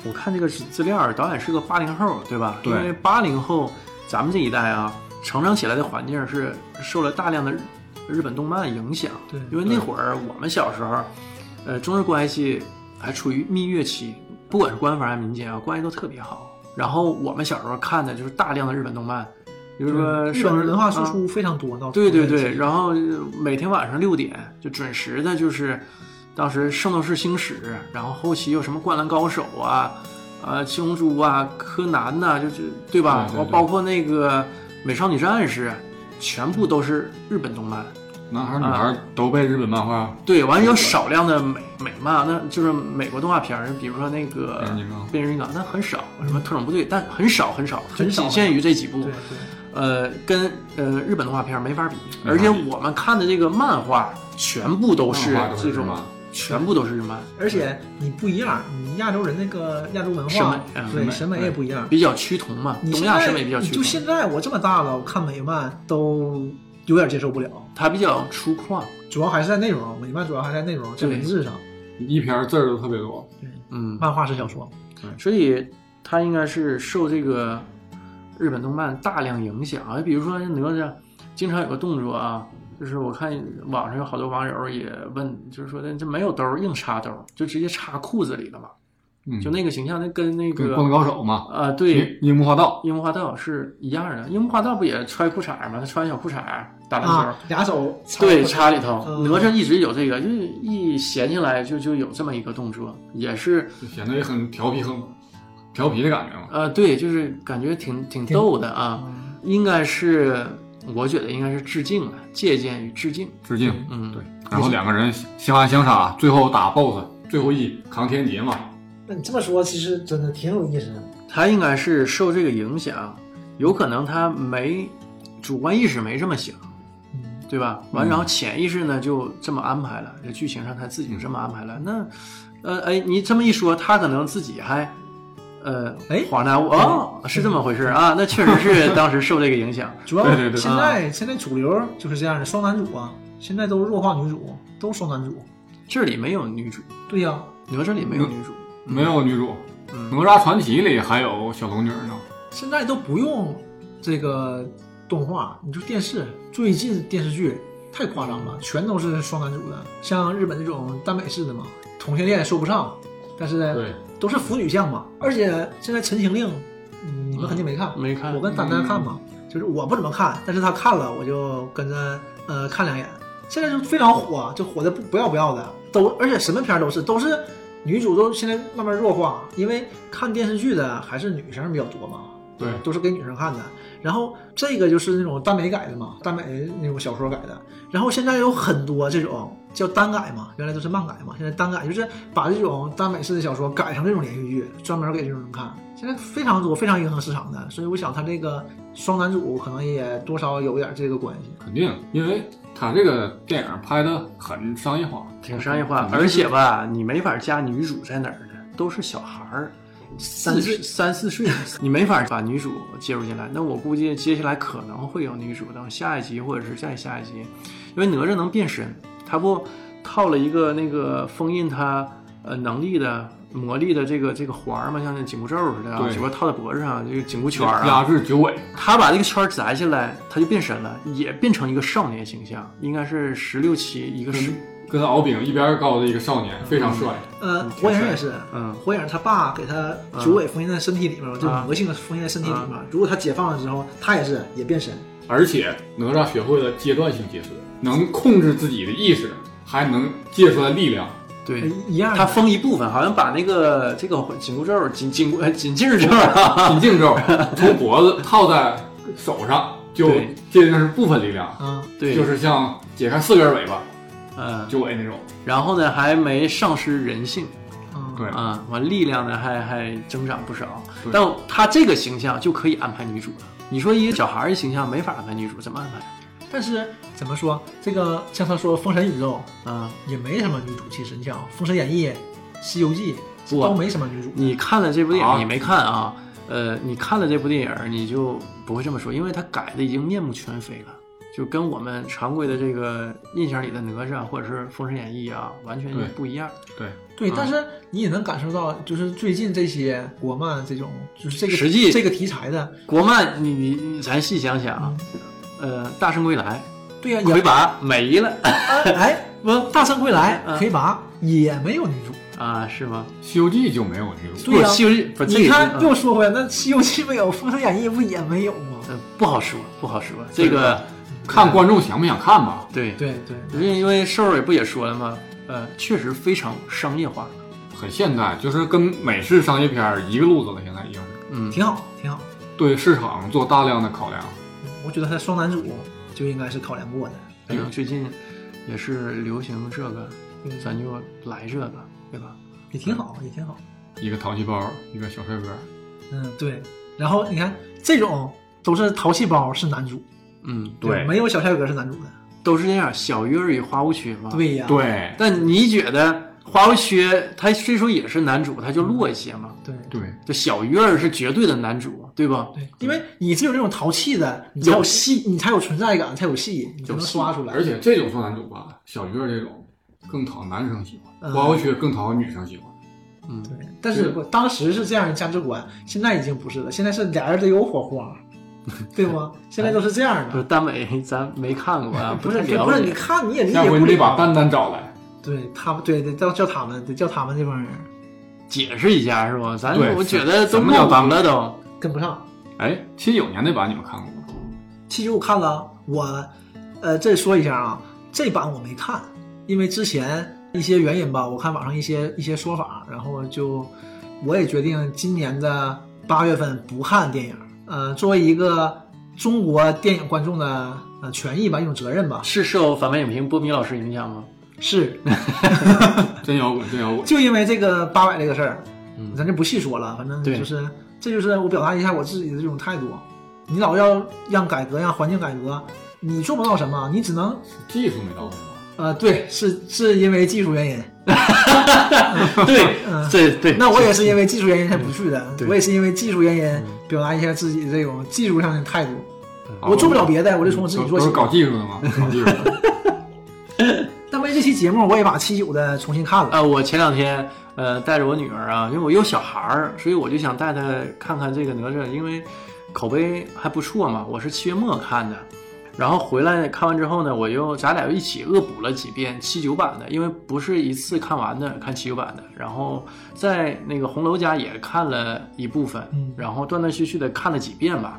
A: 我看这个资料，导演是个八零后，对吧？
B: 对
A: 因为八零后咱们这一代啊，成长起来的环境是受了大量的日日本动漫影响，
C: 对
A: 因为那会儿我们小时候，呃，中日关系还处于蜜月期，不管是官方还是民间啊，关系都特别好。然后我们小时候看的就是大量的日本动漫，比如说
C: 日
A: 圣
C: 本文化输
A: 啊
C: 出非常多，到
A: 对对
C: 现在
A: 对，然后呃每天晚上六点就准时的，就是当时《圣斗士星矢》，然后后期有什么《灌篮高手》啊、啊《七龙珠》啊、柯南呐、就就对吧？
B: 对对
A: 包
B: 对
A: 包括那个《美少女战士》，全部都是日本动漫。
B: 男孩儿女孩
A: 啊
B: 儿都被日本漫画、
A: 对，完有少量的美美漫，那就是美国动画片儿，比如说那个
B: 变形金刚
A: 《变形金刚》，但很少，什么特种部队，但很少很少，就
C: 很少
A: 仅限于这几部。
C: 对对
A: 呃，跟呃日本动画片没法比，
B: 没法比
A: 而且我们看的这个漫画全部都是
B: 漫画都是
A: 这
B: 日
A: 种
B: 漫，
A: 全部都是日漫，
C: 而且你不一样，你亚洲人那个亚洲文
A: 审美
C: 化，
A: 嗯
C: 对
B: 美
C: 审美也不一样。
A: 比较趋同嘛，
C: 你
A: 东
C: 现
A: 亚
C: 在
A: 审美比较
C: 你
A: 趋
C: 就
A: 同，
C: 现在我这么大了，我看美漫都有点接受不了，
A: 它比较粗犷，
C: 主要还是在内容，美漫主要还是在内容，在
A: 对
C: 文字上，
B: 一篇字儿都特别多。
A: 嗯，
C: 漫画是小说。
A: 所以它应该是受这个日本动漫大量影响啊，比如说哪吒，经常有个动作啊。就是我看网上有好多网友也问，就是说这没有兜儿硬插兜儿，就直接插裤子里了嘛，
B: 嗯，
A: 就那个形象，那跟那
B: 跟《
A: 个
B: 灌篮高手》嘛，
A: 啊、对，
B: 樱木花道，
A: 樱木花道是一样的，樱木花道不也穿裤衩儿吗？他穿小裤衩儿打篮球儿，
C: 啊，俩手插
A: 对，
C: 口
A: 插里头。
C: 嗯
A: 哪吒一直有这个，就是一闲下来就就有这么一个动作，也是
B: 就显得也很调皮，很调皮的感觉嘛。
A: 呃，对，就是感觉挺挺逗的啊。
C: 嗯
A: 应该是，我觉得应该是致敬啊，借鉴与致敬。
B: 致敬，
A: 嗯，
B: 对。然后两个人相爱相杀，最后打 BOSS，最后一扛天劫嘛。
C: 那你这么说，其实真的挺有意思的。
A: 他应该是受这个影响，有可能他没主观意识没这么想，
C: 嗯，
A: 对吧？完，
B: 嗯
A: 然后潜意识呢就这么安排了，这剧情上他自己就这么安排了。那，呃，哎，你这么一说，他可能自己还，呃，
C: 哎
A: 恍然大悟，哦，是这么回事啊？那确实是当时受这个影响，
C: 主要
B: 对对对啊
C: 现在现在主流就是这样的双男主啊，现在都弱化女主，都双男主。
A: 这里没有女主，
C: 对呀、
A: 哪吒里没有女主，
B: 没有女主，
A: 嗯
B: 哪吒传奇》里还有小龙女呢。
C: 现在都不用这个动画，你就电视，最近电视剧太夸张了，全都是双男主的，像日本这种耽美式的嘛，同性恋说不上，但是
B: 对，
C: 都是腐女向嘛。而且现在《陈情令》，嗯你们肯定没看，
A: 没看
C: 我跟丹丹看嘛，就是我不怎么看，但是他看了，我就跟着呃看两眼。现在就非常火，啊就火的不不要不要的，都而且什么片儿都是都是女主都现在慢慢弱化，因为看电视剧的还是女生比较多嘛，
B: 对
C: 都是给女生看的。然后这个就是那种耽美改的嘛，耽美那种小说改的。然后现在有很多这种叫耽改嘛，原来都是漫改嘛，现在耽改就是把这种耽美式的小说改成这种连续剧，专门给这种人看。现在非常多，非常迎合市场的，所以我想他这个双男主可能也多少有点这个关系。
B: 肯定，因为他这个电影拍的很商业化，
A: 挺商业化
B: 嗯，
A: 而且吧，你没法加女主在哪儿呢？都是小孩儿。
C: 三岁
A: 四三四岁，你没法把女主介入进来。那我估计接下来可能会有女主，等下一集或者是再下一集，因为哪吒能变身，他不套了一个那个封印他呃能力的魔力的这个这个环儿嘛，像那紧箍咒似的、啊，
B: 对
A: 只不过套在脖子上，这个紧箍圈儿啊。
B: 压制九尾，
A: 他把这个圈儿摘下来，他就变身了，也变成一个少年形象，应该是十六七一个十，
B: 跟敖丙一边高的一个少年，非常帅。
C: 呃，
A: 嗯
C: 火影也是，
A: 嗯
C: 火影他爸给他九尾封印在身体里面嘛，就
A: 啊
C: 魔性封印在身体里面。
A: 嗯
C: 如果他解放了之后，他也是也变身。
B: 而且哪吒学会了阶段性解说，能控制自己的意识，还能借出来力 量。
A: 对，
C: 一样的。
A: 嗯他封一部分，好像把那个这个紧箍咒、紧紧箍、呃紧劲儿咒啊，
B: 紧劲咒从脖子套在手上，就
A: 对
B: 界定是部分力量，
C: 啊，
A: 对，
B: 就是像解开四根尾巴
A: 嗯，
B: 九尾那种。
A: 然后呢还没丧失人性
C: 嗯
B: 对
A: 啊，完、力量呢还还增长不少
B: 对，
A: 但他这个形象就可以安排女主了。你说一个小孩儿的形象没法安排女主，怎么安排
C: 但是怎么说，这个像他说《封神宇宙
A: 啊？》
C: 也没什么女主，其实你想，《封神演义》《西游记》
A: 不啊
C: 都没什么女主。
A: 你看了这部电
B: 啊
A: 影，你没看啊？呃，你看了这部电影，你就不会这么说，因为他改的已经面目全非了，就跟我们常规的这个印象里的哪吒或者是《封神演义》啊，完全
B: 对
A: 不一样。
B: 对，
C: 对，
A: 嗯
C: 但是你也能感受到，就是最近这些国漫这种，就是这个
A: 实际
C: 这个题材的，
A: 国漫，你你你，咱细想想啊，
C: 嗯
A: 呃，《大圣归来
C: 对呀、》
A: 魁
C: 也
A: 拔没了
C: 哎，不，《大圣归来
A: 嗯》
C: 魁拔也没有女主。
A: 啊，是吗？
B: 《西游记》就没有这种。
C: 对呀啊
A: 不西游记不这
C: 你
A: 个
C: 看，
A: 嗯
C: 又说回来，那《西游记》没有，《封神演义》不也没有吗？
A: 呃，不好说，不好说。这个
B: 看观众想不想看吧。
A: 对，
C: 对对，
A: 因为瘦儿也不也说了吗？呃，确实非常商业化。
B: 很现代，就是跟美式商业片儿一个路子了。现在已经是
A: 嗯，
C: 挺好，挺好。
B: 对市场做大量的考量。
C: 我觉得他双男主就应该是考量过的。
A: 反嗯正最近也是流行这个，
C: 嗯
A: 咱就来这个，对吧？
C: 也挺好，也挺好。
B: 一个淘气包，一个小帅哥，
C: 嗯，对。然后你看，这种都是淘气包是男主，
A: 嗯，
B: 对
C: 没有小帅哥是男主的。
A: 都是这样。小鱼儿与花无缺嘛。。
C: 对呀，
B: 对
A: 但你觉得花无缺他虽说也是男主，他就弱一些嘛？
C: 对
B: 对，
A: 这小鱼儿是绝对的男主，对吧？
C: 对，因为你只有这种淘气的，你才有
A: 有
C: 戏，你才有存在感，才有戏，你才能刷出来。
B: 而且这种双男主吧，小鱼儿这种更讨男生喜欢，
C: 嗯
B: 花无缺更讨女生喜欢。
A: 嗯，
C: 对，但是我当时是这样的价值观，现在已经不是了，现在是俩人得有火花，对 吗？现在都是这样
A: 不是
C: 的，
A: 耽美，咱没看过 啊，
C: 不
A: 太
C: 是
A: 了
C: 不是？
A: 解
C: 你看你也理
B: 下
C: 解
B: 回
C: 不
B: 你得把
C: 了。
B: 丹丹找来，
C: 对他们，对得叫叫他们，得叫他们这帮人
A: 解释一下是吧？咱
B: 对
A: 我觉得都
B: 什么叫
A: 闹懂了都。
C: 跟不上。
B: 哎，七九年那版你们看过吗？
C: 七九我看了，我呃这说一下啊，这版我没看，因为之前一些原因吧，我看网上一些一些说法，然后就我也决定今年的八月份不看电影。呃，作为一个中国电影观众的呃权益吧，一种责任吧，
A: 是受反派影评波米老师影响 吗？
C: 是
B: 真摇滚，真摇滚。
C: 就因为这个八百这个事儿，
A: 嗯
C: 咱就不细说了，反正
A: 对
C: 就是这就是我表达一下我自己的这种态度。你老要让改革，让环境改革，你做不到什么，你只能
B: 技术没到位吗？
C: 呃，对，是是因为技术原因。
A: 对，这对，
C: 那我也是因为技术原因才不去的，
A: 对
C: 我也是因为技术原因
B: 嗯
C: 表达一下自己这种技术上的态度。我做不了别的，我就从我自己
B: 哦都
C: 做起
B: 是。搞技术的吗？搞技术的。
C: 但为这期节目，我也把七九的重新看了。
A: 啊，我前两天呃带着我女儿啊，因为我有小孩儿，所以我就想带她看看这个哪吒，因为口碑还不错嘛。我是七月末看的，然后回来看完之后呢，我又咱俩又一起恶补了几遍七九版的，因为不是一次看完的，看七九版的。然后在那个红楼家也看了一部分
C: 嗯，
A: 然后断断续续的看了几遍吧。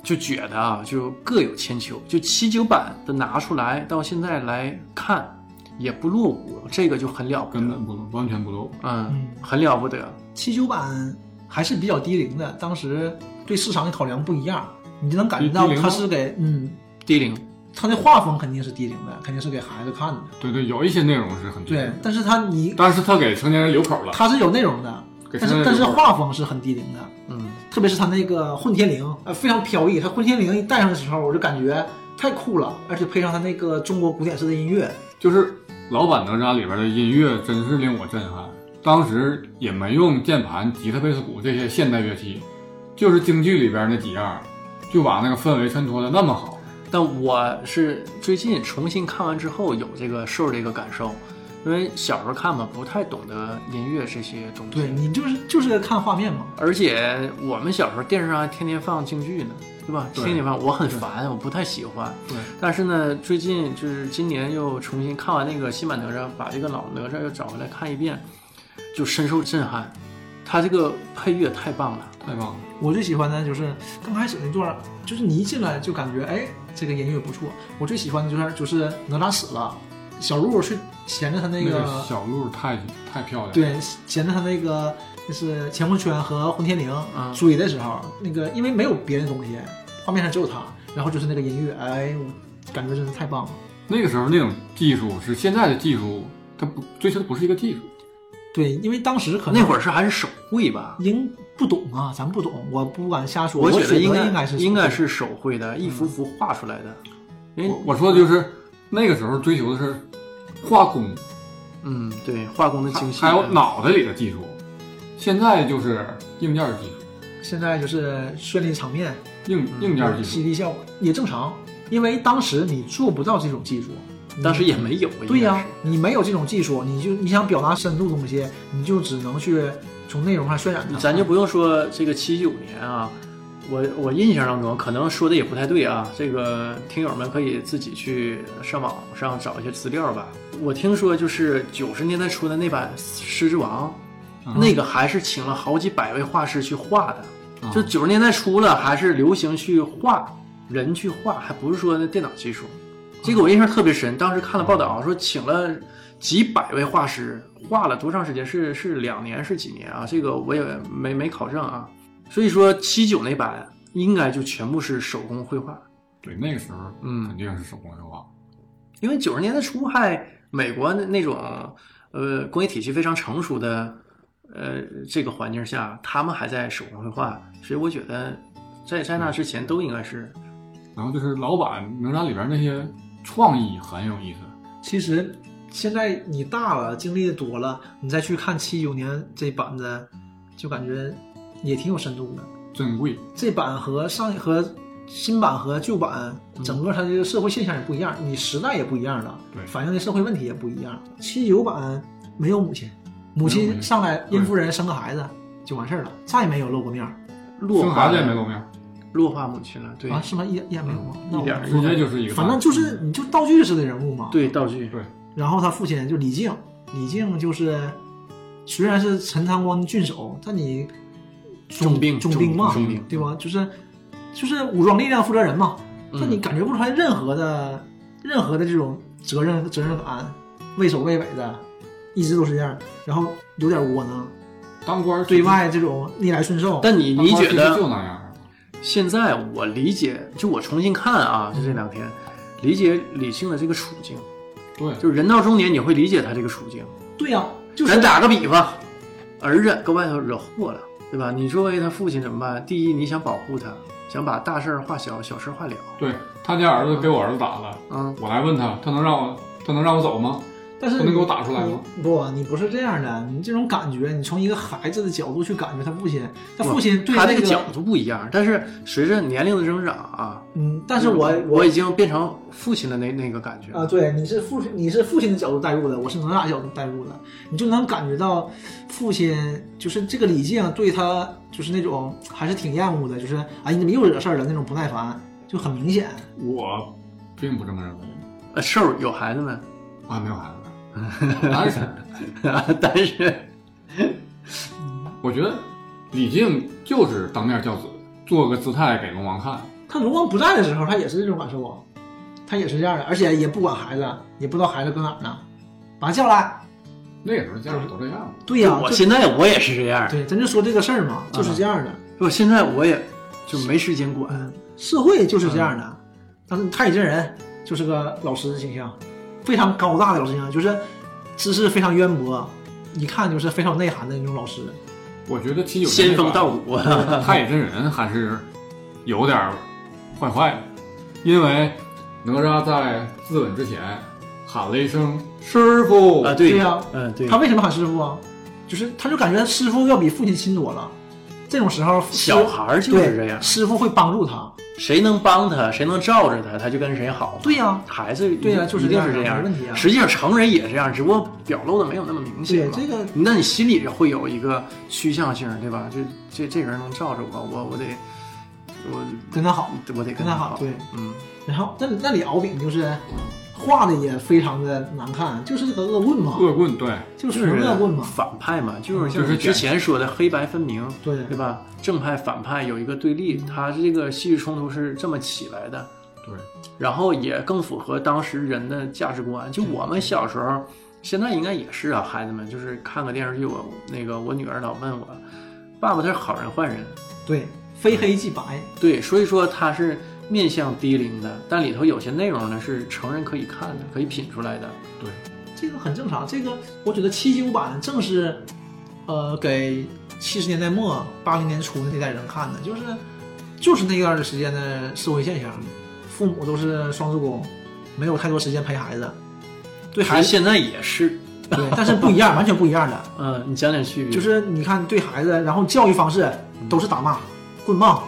A: 就觉得啊，就各有千秋。就七九版的拿出来到现在来看，也不落伍，这个就很了不得
B: 根。本不露，完全不露。
A: 嗯，很了不得。
C: 七九版还是比较低龄的，当时对市场的考量不一样，你就能感觉到
B: 低低龄吗
C: 他是给嗯，
A: 低龄，
C: 他的画风肯定是低龄的，肯定是给孩子看的。
B: 对对，有一些内容是很低
C: 对
B: 的，，
C: 但是他你
B: 但是他给成年人留口了，
C: 他是有内容的，
B: 给
C: 但
B: 成年人
C: 是但是
B: 留口了。
C: 画风是很低龄的。
A: 嗯，
C: 特别是他那个混天绫，呃，非常飘逸。他混天绫一戴上的时候，我就感觉太酷了，而且配上他那个中国古典式的音乐，
B: 就是老版哪吒里边的音乐真是令我震撼。当时也没用键盘、吉他、贝斯、鼓这些现代乐器，就是京剧里边那几样，就把那个氛围衬托的那么好。
A: 但我是最近重新看完之后有这个受这个感受，因为小时候看嘛，不太懂得音乐这些东西。
C: 对你就是就是看画面嘛，
A: 而且我们小时候电视上还天天放京剧呢，对吧？
B: 对
A: 天天放，我很烦，我不太喜欢。
C: 对。
A: 但是呢，最近就是今年又重新看完那个《新版哪吒》，把这个老哪吒又找回来看一遍，就深受震撼。他这个配乐太棒了，
B: 太棒了，
C: 我最喜欢的就是刚开始那段儿，就是你一进来就感觉哎，这个音乐不错。我最喜欢的就是就是哪吒死了，小鹿去衔着他那
B: 那
C: 个，
B: 个小鹿太太漂亮了，
C: 对，衔着他那个就是乾坤圈和混天绫
A: 嗯
C: 追的时候，那个因为没有别的东西，画面上只有他，然后就是那个音乐，哎，我感觉真是太棒了。
B: 那个时候那种技术是现在的技术，它不追求的不是一个技术，
C: 对，因为当时可能
A: 那会儿是还是手绘吧？
C: 应不懂啊，咱不懂，我不敢瞎说。我
A: 觉得
C: 应
A: 应
C: 该
A: 该
C: 是
A: 应该是手绘的，嗯一幅幅画出来的。
C: 哎
A: 因为
B: 我我说的就是那个时候追求的是画工，
A: 嗯，对，画工的精细，啊
B: 还还有脑袋里的技术，现在就是硬件技术，
C: 现在就是绚丽场面，
B: 硬
A: 嗯
B: 硬件技术。
C: 犀利效果也正常，因为当时你做不到这种技术，
A: 当时也没有。
C: 对
A: 应
C: 呀、
A: 该是
C: 你没有这种技术，你就你想表达深度东西，你就只能去从内容上渲染它。
A: 咱就不用说这个七九年啊，我我印象当中可能说的也不太对啊，这个听友们可以自己去上网上找一些资料吧。我听说就是九十年代初的那版《狮子王》
B: 嗯
A: 那个还是请了好几百位画师去画的，
B: 啊
A: 就九十年代初了，还是流行去画人去画，还不是说那电脑技术。这个我印象特别深，当时看了报道说请了几百位画师，画了多长时间？是是两年是几年啊？这个我也没没考证啊。所以说七九那版应该就全部是手工绘画，
B: 对那个时候，
A: 嗯
B: 肯定是手工啊绘画。
A: 因为九十年代初还美国那那种呃工业体系非常成熟的呃这个环境下，他们还在手工绘画，所以我觉得在在那之前都应该是
B: 然后就是老版哪吒里边那些创意很有意思，
C: 其实现在你大了，经历的多了，你再去看七九年这版的，就感觉也挺有深度的。
B: 珍贵。
C: 这版和上和新版和旧版，整个它这个社会现象也不一样，你时代也不一样了，
B: 对
C: 反映的社会问题也不一样。七九版没有母亲，母
B: 没有母
C: 亲
B: 亲
C: 上来
B: 对
C: 殷夫人生个孩子就完事儿了，再没有露过面儿
A: 弱
B: 生
A: 化
B: 孩子也没露面，
A: 弱化母亲了，对、
C: 啊？是吗？一一也没有吗？那
A: 一
C: 我
A: 点儿
B: 直接就是一个大。
C: 反正就是你就道具式的人物嘛。。
A: 对道具，
B: 对
C: 然后他父亲就李靖，李靖就是虽然是陈长光的郡守，但你
A: 重兵
C: 重兵嘛，
A: 重兵
C: 对吧？就是就是武装力量负责人嘛，
A: 嗯
C: 但你感觉不出来任何的任何的这种责任责任感，畏首畏尾的，一直都是这样，然后有点窝囊，
B: 当官儿
C: 对，外这种逆来顺受。
A: 但你
B: 当
A: 你
B: 官儿
A: 觉
B: 其实
A: 得
B: 就那样？
A: 现在我理解，就我重新看啊，就这两天理解李性的这个处境，
B: 对，
A: 就是人到中年你会理解他这个处境。
C: 对呀、就是
A: 咱打个比方，儿子搁外头惹祸了，对吧？你作为他父亲怎么办？第一，你想保护他，想把大事儿化小，小事儿化了，
B: 对他家儿子给我儿子打了，
A: 嗯，
B: 我来问他，他能让我他能让我走吗？
C: 但是
B: 不能给我打出来吗
C: 你不，你不是这样的，你这种感觉，你从一个孩子的角度去感觉他父亲，他父亲对
A: 他
C: 那
A: 这
C: 个
A: 个角度不一样，但是随着年龄的增长啊，
C: 嗯，但是我
A: 我
C: 我
A: 已经变成父亲的那那个感觉
C: 啊，对，你是父亲，你是父亲的角度带入的，我是哪吒角度带入的，你就能感觉到父亲就是这个李靖对他就是那种还是挺厌恶的，就是哎你怎么又惹事儿了那种不耐烦，就很明显。
B: 我并不这么认为。
A: 呃，瘦儿有孩子没？
B: 我还没有孩子，男神。
A: 但是，
B: 我觉得李靖就是当面教子，做个姿态给龙王看。
C: 他龙王不在的时候，他也是这种感受啊，他也是这样的，而且也不管孩子，也不知道孩子搁哪儿呢，把他叫来。
B: 那个时候家长都这样，
C: 对呀、
A: 我
C: 就
A: 现在我也是这样，
C: 对，咱就说这个事儿嘛，就是这样的。
A: 我现在我也就没时间管。
C: 嗯，社会就是这样的。
A: 嗯
C: 但是太乙真人就是个老师的形象，非常高大的老师形象，就是知识非常渊博，一看就是非常有内涵的那种老师。
B: 我觉得七九
A: 仙风道骨，
B: 太乙真人还是有点儿坏坏的，因为哪吒在自刎之前喊了一声“师傅”，
A: 啊，对
C: 呀、
A: 嗯，对
C: 他，为什么喊师傅啊？就是他就感觉师傅要比父亲亲多了。这种时候，
A: 小孩儿就是这
C: 对
A: 样，哦
C: 师傅会帮助他。
A: 谁能帮他，谁能罩着他，他就跟谁好。
C: 对呀、
A: 孩子
C: 对呀就是
A: 一定
C: 这样
A: 是这
C: 没
A: 样
C: 问题啊
A: 实际上成人也这样，只不过表露的没有那么明显
C: 对
A: 嘛。
C: 这个
A: 那你心里会有一个趋向性，对吧？就这这人能罩着我，我我得我
C: 跟他好。
A: 我得
C: 跟
A: 跟
C: 他好
A: 好。
C: 对，
A: 嗯，
C: 然后那那里敖丙就是画的也非常的难看，就是这个恶棍嘛，
B: 恶棍对，
C: 就
A: 就是是
C: 恶棍嘛。嗯
A: 反派嘛，就是
B: 就
A: 像
B: 是
A: 你之前说的黑白分明，
C: 对
A: 对吧？正派反派有一个对立，他这个戏剧冲突是这么起来的。
B: 对，
A: 然后也更符合当时人的价值观。就我们小时候，现在应该也是啊，孩子们就是看个电视剧，我那个我女儿老问我，爸爸他是好人坏人？
C: 对，非黑即白，
A: 对，所以说他是面向低龄的，但里头有些内容呢是成人可以看的，可以品出来的。
C: 这个很正常。这个我觉得七九版正是，呃，给七十年代末八零年初那代人看的，就是就是那段时间的社会现象，父母都是双职工，没有太多时间陪孩子，对
A: 其实
C: 孩子
A: 现在也是，
C: 对，但是不一样，完全不一样的。
A: 嗯，你讲点区别，
C: 就是你看对孩子，然后教育方式
A: 嗯
C: 都是打骂、棍棒，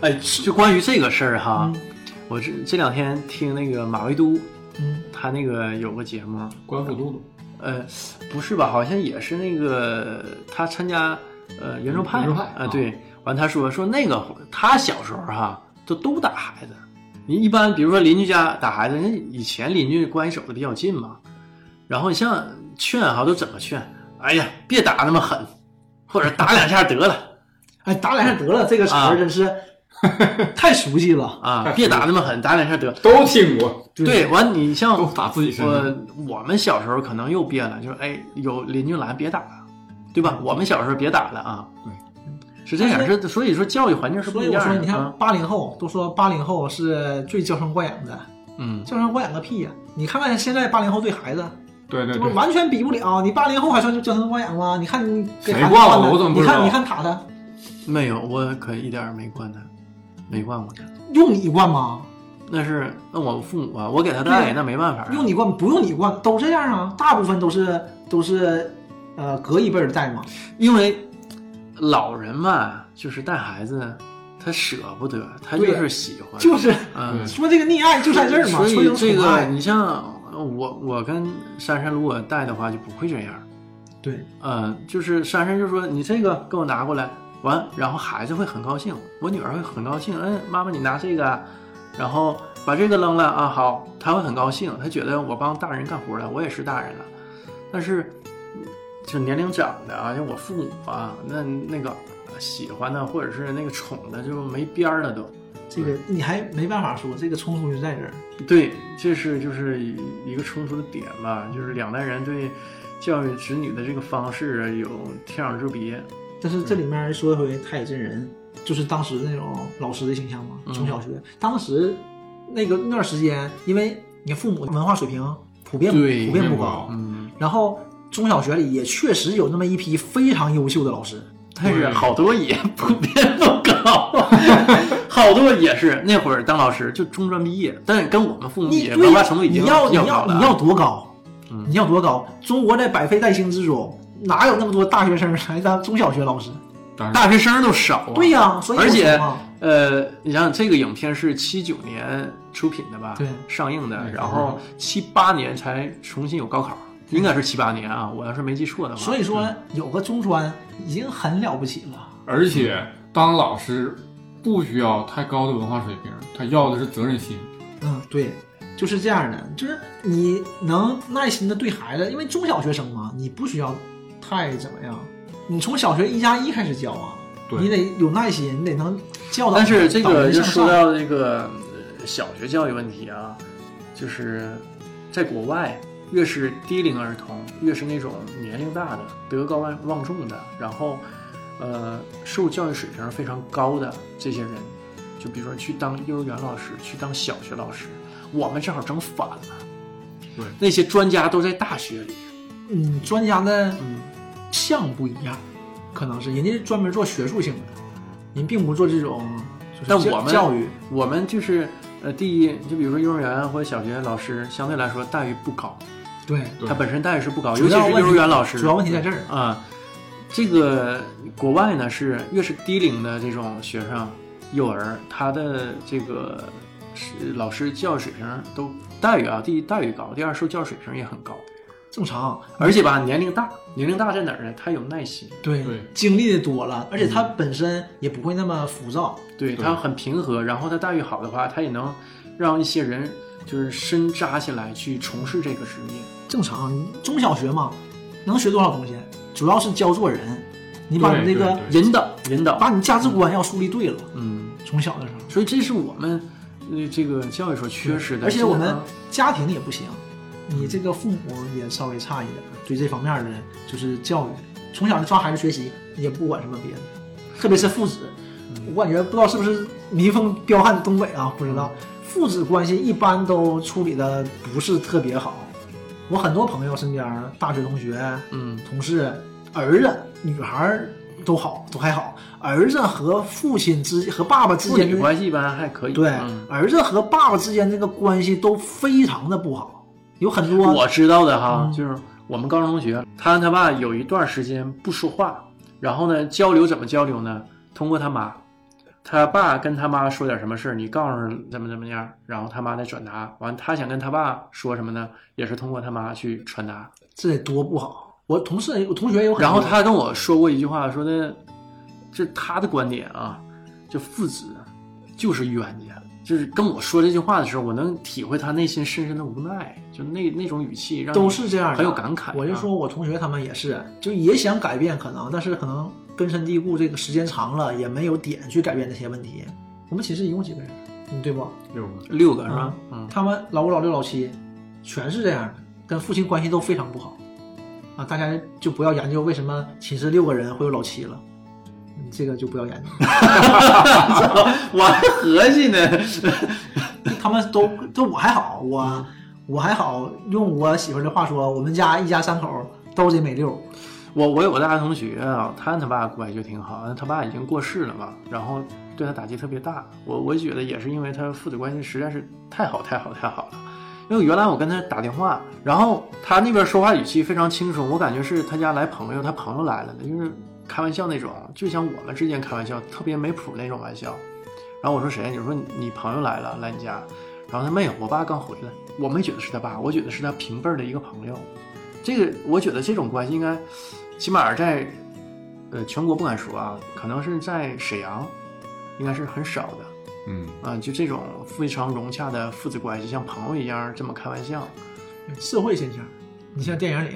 A: 哎，就关于这个事儿哈，
C: 嗯
A: 我这这两天听那个马未都
C: 嗯，
A: 他那个有个节目，
B: 官府都督
A: 呃，不是吧？好像也是那个他参加呃圆桌派，
B: 圆桌派
A: 呃
B: 啊
A: 对。完他说说那个他小时候哈、都都打孩子。你一般比如说邻居家打孩子，人家以前邻居关系走的比较近嘛，然后你像劝哈、都怎么劝？哎呀，别打那么狠，或者打两下得了
C: 哎，打两下得了，这个词儿
A: 啊
C: 真 是太熟悉了。
A: 啊，别打那么狠，打两下得了。
B: 都听过，
A: 对，完你像
B: 都打自己身上。
A: 我我们小时候可能又变了，就是哎，有邻居来别打了，对吧？我们小时候别打了啊。
B: 对，
A: 是这样，
C: 但是
A: 是所以说教育环境是不
C: 所以
A: 一
C: 我
A: 样
C: 说，
A: 的。
C: 你看
A: 啊
C: 八零后都说八零后是最娇生惯养的，
A: 嗯，
C: 娇生惯养个屁呀、你看看现在八零后对孩子，
B: 对对
C: 这
B: 对
C: 不，完全比不了。你八零后还算是娇生惯养吗？你看你给
B: 谁
C: 孩子
B: 惯我
C: 惯的
B: 我怎么不知
C: 你看
B: 道
C: 你看塔塔，
A: 没有，我可一点儿没惯他，没惯过他。
C: 用你惯吗？
A: 那是那我父母啊，我给他
C: 对
A: 带，那没
B: 哎
A: 办法啊。
C: 用你惯不用你惯都这样啊，大部分都是都是呃隔一辈儿带嘛。
A: 因为老人嘛，就是带孩子，他舍不得，他就
C: 对
A: 是喜欢，
C: 就是
A: 嗯
B: 对，
C: 说这个溺爱就在这儿嘛，
A: 所
C: 说
A: 以
C: 种
A: 这
C: 宠
A: 个
C: 爱，
A: 你像我，我跟珊珊如果带的话，就不会这样。
C: 对，
A: 嗯，就是珊珊就说你这个给我拿过来，完，然后孩子会很高兴，我女儿会很高兴，嗯，妈妈你拿这个啊，然后把这个扔了啊，好，她会很高兴，嗯她觉得我帮大人干活了，我也是大人了，但是就年龄长的啊，像我父母啊，那那个呃喜欢的或者是那个宠的就没边儿了都，
C: 这个你还没办法说，这个冲突就在这儿。
A: 对，这是就是一个冲突的点吧，就是两代人对教育子女的这个方式啊有天壤之别，
C: 但是这里面说回太乙真人，就是当时那种老师的形象嘛，
A: 嗯
C: 从小学，当时那个那段时间，因为你父母文化水平普遍
A: 对
B: 普
C: 普遍
B: 遍
C: 不
B: 不
C: 高
B: 高，
A: 嗯。
C: 然后中小学里也确实有那么一批非常优秀的老师，
A: 但是
B: 对
A: 好多也普遍不高， 好多也是那会儿当老师就中专毕业，但是跟我们父母
C: 你
A: 比，
C: 对
A: 嗯文化程度已经
C: 你要
A: 比
C: 你
A: 较
C: 要
A: 高了啊。
C: 你要多高
A: 嗯？
C: 你要多高？中国在百废待兴之中，哪有那么多大学生来当中小学老师？
B: 当然
A: 大学生都少啊。
C: 对呀、所以
A: 而
C: 我
A: 且
C: 说嘛
A: 呃，你想想这个影片是七九年出品的吧？
C: 对
A: 上映的，
B: 嗯
A: 然后七八年才重新有高考，应该是七八年啊，我要是没记错的话。
C: 所以说有个中专已经很了不起了。
B: 而且当老师不需要太高的文化水平，他要的是责任心。
C: 嗯，对，就是这样的，就是你能耐心的对孩子，因为中小学生嘛，你不需要太怎么样，你从小学一加一开始教啊，
B: 对
C: 你得有耐心，你得能教导他。
A: 但是这
C: 导
A: 个
C: 人
A: 就
C: 向
A: 说
C: 上，
A: 到这个呃小学教育问题啊，就是在国外，越是低龄儿童，越是那种年龄大的、德高望望重的，然后呃受教育水平非常高的这些人，就比如说去当幼儿园老师，去当小学老师，我们正好整反了。
B: 对
A: 那些专家都在大学里，
C: 嗯，专家的
A: 嗯，
C: 项目不一样，可能是人家专门做学术性的，人并不做这种就是
A: 但
C: 教
A: 我们
C: 教育，
A: 我们就是呃，第一，就比如说幼儿园或者小学老师，相对来说待遇不高，
C: 对，
B: 对
A: 他本身待遇是不高，
C: 主
A: 尤其
C: 要
A: 是
C: 问
A: 幼
C: 题
A: 儿园老师，
C: 主要问题在这儿。
A: 啊，这个国外呢是越是低龄的这种学生，幼儿，他的这个是老师教育水平都待遇啊，第一待遇高，第二受教育水平也很高，
C: 正常，
A: 而且吧年龄大，年龄大在哪儿呢？他有耐心，
C: 对
B: 对
C: 经历的多了，而且
A: 嗯
C: 他本身也不会那么浮躁，
A: 对
B: 对
A: 他很平和，然后他待遇好的话，他也能让一些人就是深扎起来去从事这个职业。
C: 正常。中小学嘛，能学多少东西？主要是教做人，你把你那
B: 对
C: 个
B: 对对
C: 引导，
A: 引导，
C: 把你价值观要树立对了，
A: 嗯，
C: 从小的时候。
A: 所以这是我们呃这个教育所缺失的，
C: 而且
A: 现在
C: 我们
A: 啊
C: 家庭也不行，你这个父母也稍微差一点，对这方面的就是教育，从小就抓孩子学习，也不管什么别的，特别是父子，我感觉不知道是不是民风彪悍的东北啊，不知道父子关系一般都处理的不是特别好。我很多朋友身边儿大学同学、
A: 嗯
C: 同事，儿子、女孩儿都好，都还好，儿子和父亲之和爸爸之
A: 父
C: 间
A: 女
C: 的
A: 关系一般还可以。
C: 对，
A: 嗯
C: 儿子和爸爸之间这个关系都非常的不好，有很多
A: 我知道的哈，
C: 嗯
A: 就是我们高中同学，他和他爸有一段时间不说话，然后呢，交流怎么交流呢？通过他妈，他爸跟他妈说点什么事儿，你告诉怎么怎么样，然后他妈再转达。完，他想跟他爸说什么呢？也是通过他妈去传达。
C: 这得多不好。我同事我同学有很多，
A: 然后他跟我说过一句话，说的这是他的观点啊，就父子就是冤家。就是跟我说这句话的时候，我能体会他内心深深的无奈，就那那种语气让你
C: 都是这样的，
A: 很有感慨啊
C: 我就说我同学他们也是，就也想改变，可能但是可能根深蒂固，这个时间长了也没有点去改变这些问题。我们寝室一共几个人，嗯，对不？
B: 六个
A: 六个是吧？嗯
C: 他们老五、老六、老七，全是这样的，跟父亲关系都非常不好。啊，大家就不要研究为什么寝室六个人会有老七了，嗯这个就不要研究。
A: 嗯 我还合计呢，
C: 他们都都我还好，我我还好，用我媳妇儿的话说，我们家一家三口都得美六，
A: 我我有个大学同学啊，他跟他爸关系就挺好，他爸已经过世了嘛，然后对他打击特别大。我我觉得也是因为他父子关系实在是太好太好太好了。因为原来我跟他打电话，然后他那边说话语气非常轻松，我感觉是他家来朋友，他朋友来了呢，就是开玩笑那种，就像我们之间开玩笑，特别没谱那种玩笑。然后我说谁？我说你你朋友来了，来你家。然后他没有，我爸刚回来，我没觉得是他爸，我觉得是他平辈儿的一个朋友。这个我觉得这种关系应该，起码在，呃，全国不敢说啊，可能是在沈阳，应该是很少的。
B: 嗯，
A: 啊、就这种非常融洽的父子关系，像朋友一样这么开玩笑，
C: 社会现象。你像电影里，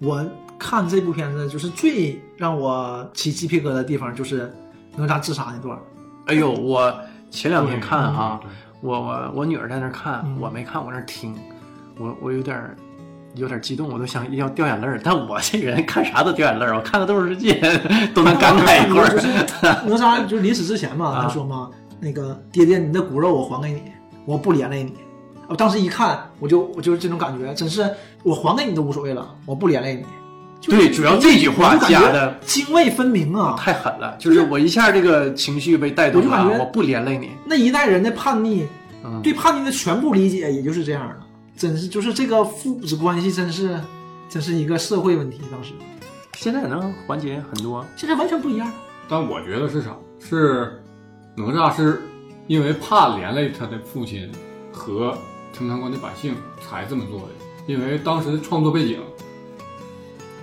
C: 我看这部片子就是最让我起鸡皮疙瘩的地方，就是哪吒自杀那段儿。
A: 哎呦，我前两天
B: 对
A: 看哈、
B: 对
A: 我我我女儿在那儿看，
C: 嗯
A: 我没看，我那儿听，我我有点儿有点儿激动，我都想要掉眼泪儿。但我这人看啥都掉眼泪儿，我看个《动物世界》 都能感慨一会
C: 就 是
A: 儿。
C: 哪吒就是临死之前嘛，
A: 啊
C: 他说嘛，那个爹爹，你的骨肉我还给你，我不连累你。我当时一看，我就我就是这种感觉，真是我还给你都无所谓了，我不连累你。就
A: 对，主要这句话
C: 我就感觉
A: 加的
C: 泾渭分明啊！
A: 太狠了，就是我一下这个情绪被带动
C: 我就感
A: 了，
C: 觉
A: 我不连累你。
C: 那一代人的叛逆，
A: 嗯，
C: 对叛逆的全部理解也就是这样了。真是，就是这个父子关系，真是，真是一个社会问题。当时
A: 现在能缓解很多。
C: 现在完全不一样，
B: 但我觉得是啥？是哪吒是因为怕连累他的父亲和陈塘关的百姓才这么做的，因为当时的创作背景，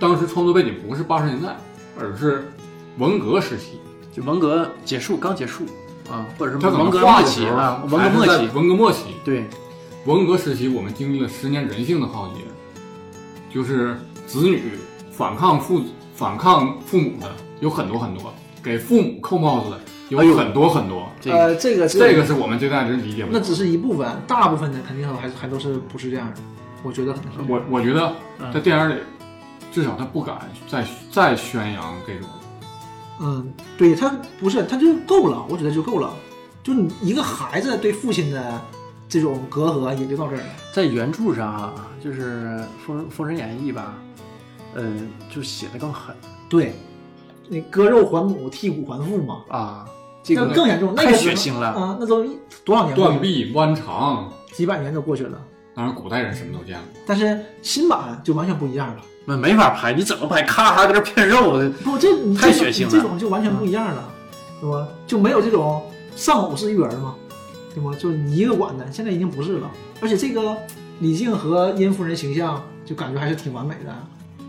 B: 当时创作背景不是八十年代，而是文革时期。
A: 就文革结束，刚结束啊，或者是
B: 他怎么
A: 文革
B: 画
A: 末
B: 的
A: 期
B: 时候
A: 啊，文革末
B: 还是
A: 期
B: 在，文革末期，
A: 对，
B: 文革时期，我们经历了十年人性的浩劫，就是子女反抗父反抗父母的有很多很多，给父母扣帽子的有
A: 哎呦
B: 很多很多。
A: 这个
C: 呃，这个
B: 这个是我们这代人理解不
C: 那
B: 了。
C: 只是一部分，大部分的肯定还是还都是不是这样的，我觉得可能是。
B: 我我觉得
A: 嗯
B: 在电影里，至少他不敢再再宣扬这种。
C: 嗯，对他不是，他就够了，我觉得就够了。就你一个孩子对父亲的这种隔阂也就到这儿了。
A: 在原著上啊，就是《封封神演义》吧，呃，就写的更狠
C: 对，那割肉还母，剔骨还父嘛，
A: 啊，这
C: 那更
A: 个
C: 严重，那
A: 太
C: 个
A: 血
C: 时候
A: 腥了。
C: 啊、那都多少年过
B: 断
C: 去了，
B: 臂弯肠，
C: 几百年都过去了。
B: 当然古代人什么都见过。
C: 但是新版就完全不一样了，
A: 那没法拍，你怎么拍？咔咔搁这片肉的，
C: 不，这你
A: 太
C: 这
A: 血
C: 种
A: 腥了
C: 这种就完全不一样了，是吧？就没有这种丧偶式育儿嘛，对吗？就是你一个管的，现在已经不是了。而且这个李靖和殷夫人形象就感觉还是挺完美的，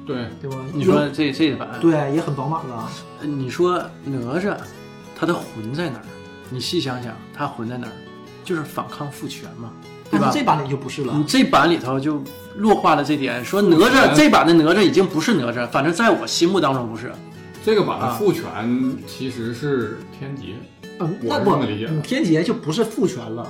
B: 对，
C: 对吧？
A: 你说这这版，
C: 对，也很饱满了。
A: 你说哪吒，他的魂在哪儿？你细想想，他魂在哪儿？就是反抗父权嘛，对
C: 但
A: 吧
C: 啊是？这版里就不是了
A: 你，嗯这版里头就弱化了这点，说哪吒这版的哪吒已经不是哪吒，反正在我心目当中不是。
B: 这个版的
A: 啊
B: 父权其实是天劫，
C: 嗯，
B: 我
C: 那
B: 是
C: 不
B: 这么理解的
C: 嗯天劫就不是父权了，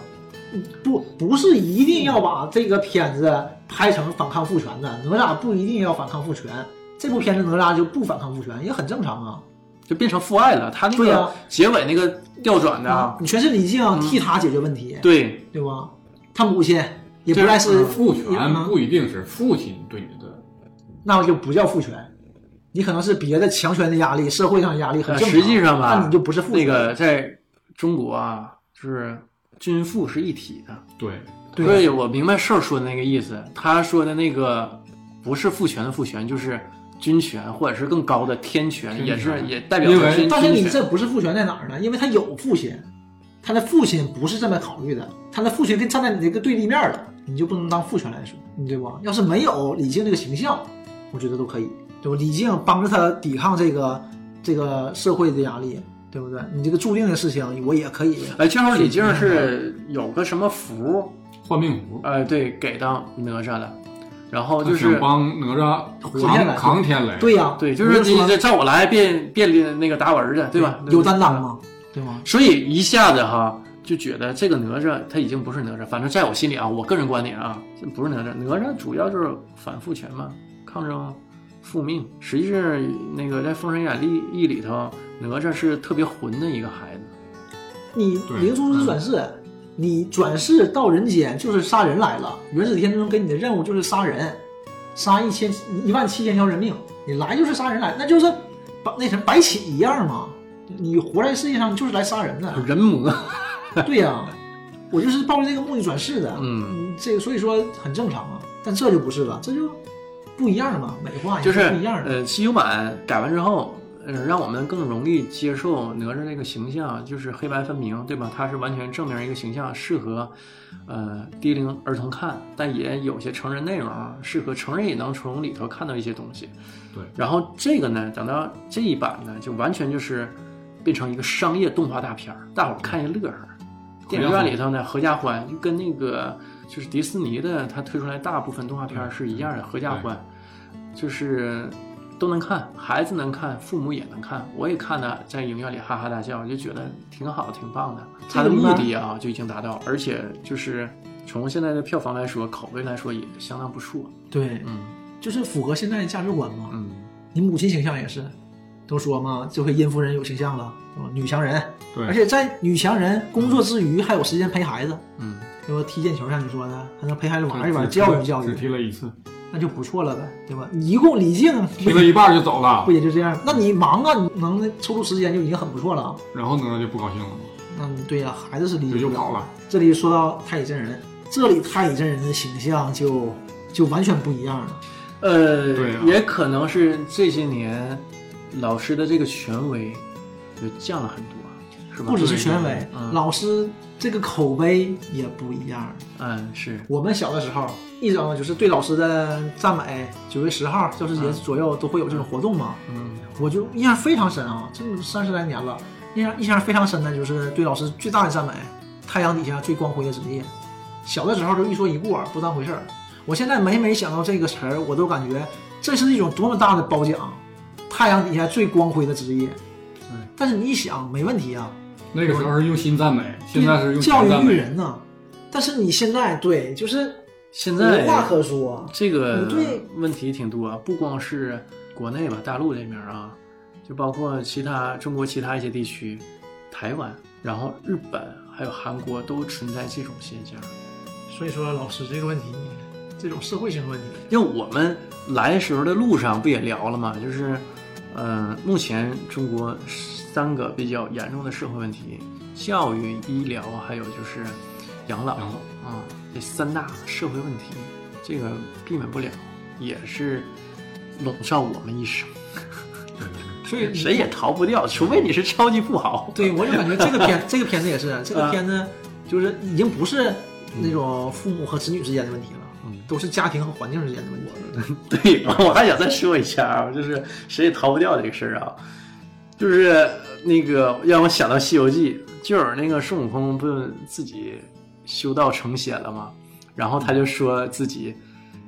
C: 嗯不不是一定要把这个片子拍成反抗父权的，哪吒不一定要反抗父权，这部片子哪吒就不反抗父权也很正常啊。
A: 就变成父爱了，他那
C: 对
A: 个
C: 啊嗯
A: 结尾那个调转的，
C: 你全是李靖替他解决问题，
A: 啊对，
C: 对吧？他母亲也不再是
B: 父
C: 嗯
B: 权不一定是父亲对你的，
C: 那就不叫父权，你可能是别的强权的压力、社会上的压力很
A: 呃
C: 正常。
A: 实际上吧，
C: 那你就不是父
A: 那
C: 权
A: 个在中国啊，就是君父是一体的，
B: 对，
C: 对啊
A: 所以我明白瘦说的那个意思，他说的那个不是父权的父权，就是君权或者是更高的天权，
B: 天权
A: 也是也代表
B: 因为
A: 着君
C: 但是
A: 君
C: 你
A: 权。
C: 这不是父权在哪儿呢？因为他有父亲，他的父亲不是这么考虑的，他的父亲跟站在你这个对立面儿了，你就不能当父权来说，对吧？要是没有李靖这个形象，我觉得都可以，对吧？李靖帮着他抵抗这个这个社会的压力，对不对？你这个注定的事情，我也可以。
A: 哎，正好李靖是有个什么符，
B: 换命
C: 啊
B: 符，
A: 呃，对，给到哪吒了，然后就
B: 他
A: 是
B: 想帮哪
C: 活下
B: 吒
C: 来
B: 扛扛天雷，
C: 对呀、
A: 对，就是
C: 你
A: 你这照我来，别别那个打我儿子，对吧？
C: 有担当吗？对吗？
A: 所以一下子哈就觉得这个哪吒他已经不是哪吒，反正在我心里啊，我个人观点啊，这不是哪吒，哪吒主要就是反父权嘛，抗争复命。实际是那个在《封神演义》里头，哪吒是特别混的一个孩子，
C: 你
B: 对
C: 灵珠之转世，你转世到人间就是杀人来了。元始天尊给你的任务就是杀人，杀一千一万七千条人命，你来就是杀人来，那就是把那什么白起一样嘛。你活在世界上就是来杀人 的，
A: 人魔。
C: 对呀、我就是抱着这个目的转世的，
A: 嗯，
C: 这个所以说很正常啊。但这就不是了，这就不一样嘛，美化也
A: 就是
C: 不一样的。
A: 呃，西游版改完之后，呃，让我们更容易接受哪吒这个形象，就是黑白分明，对吧？它是完全正面一个形象，适合呃低龄儿童看，但也有些成人内容，适合成人也能从里头看到一些东西。
B: 对
A: 然后这个呢，等到这一版呢，就完全就是变成一个商业动画大片儿，大伙儿看一乐呵。电影院里头呢，合家欢就跟那个就是迪士尼的，它推出来大部分动画片儿是一样的，合家欢，就是都能看，孩子能看，父母也能看，我也看的在影院里哈哈大笑，就觉得挺好，挺棒的。它的目的啊就已经达到，而且就是从现在的票房来说，口碑来说也相当不错。
C: 对，
A: 嗯
C: 就是符合现在的价值观嘛。
A: 嗯，
C: 你母亲形象也是，都说嘛，这回殷夫人有形象了，对吧？女强人，
B: 对
C: 而且在女强人工作之余还有时间陪孩子，
A: 嗯，
C: 对吧？踢毽球像你说的，还能陪孩子
B: 只，
C: 玩一玩，
B: 只
C: 教育教
B: 只踢
C: 育，
B: 了一次，
C: 那就不错了呗，对吧？你一共李靖
B: 踢了一半就走了
C: 不，也就这样？那你忙啊，你能抽出时间就已经很不错了啊。
B: 然后哪吒就不高兴了，
C: 嗯，对呀、孩子是理
B: 就
C: 解
B: 又
C: 不
B: 跑
C: 了。
B: 了。
C: 这里说到太乙真人，这里太乙真人的形象就就完全不一样了。
A: 呃，
B: 对啊
A: 也可能是这些年老师的这个权威就降了很多，是吧？
C: 不只是权威，
A: 嗯
C: 老师这个口碑也不一样。
A: 嗯是，
C: 我们小的时候，一整就是对老师的赞美。九月十号，教师节左右都会有这种活动嘛。
A: 嗯
C: 我就印象非常深啊，这么三十来年了，印象印象非常深的就是对老师最大的赞美，太阳底下最光辉的职业。小的时候就一说一过，不当回事儿。我现在每每想到这个词儿，我都感觉这是一种多么大的褒奖，太阳底下最光辉的职业。但是你一想，没问题啊，
B: 那个时候是用心赞美，现在是用
C: 教
B: 钱赞
C: 育育
B: 美。
C: 人呐、但是你现在对，就是
A: 现在
C: 无话可说。啊
A: 这个
C: 你对
A: 问题挺多，不光是国内吧，大陆这边啊，就包括其他中国其他一些地区，台湾，然后日本还有韩国都存在这种现象。
C: 所以说，老师这个问题，这种社会性问题，
A: 因为我们来时候的路上不也聊了嘛，就是，呃，目前中国三个比较严重的社会问题：教育、医疗，还有就是养老
B: 养
A: 啊
B: 老、
A: 这三大社会问题，这个避免不了，也是笼罩我们一生。
C: 所以
A: 谁也逃不掉，除非你是超级富豪。
C: 对我就感觉这个片这个片子也是，这个片子就是已经不是那种父母和子女之间的问题了，
A: 嗯
C: 都是家庭和环境之间的问题。
A: 对，我还想再说一下啊，就是谁也逃不掉这个事儿啊，就是那个让我想到《西游记》，就是那个孙悟空不是自己修道成仙了吗？然后他就说自己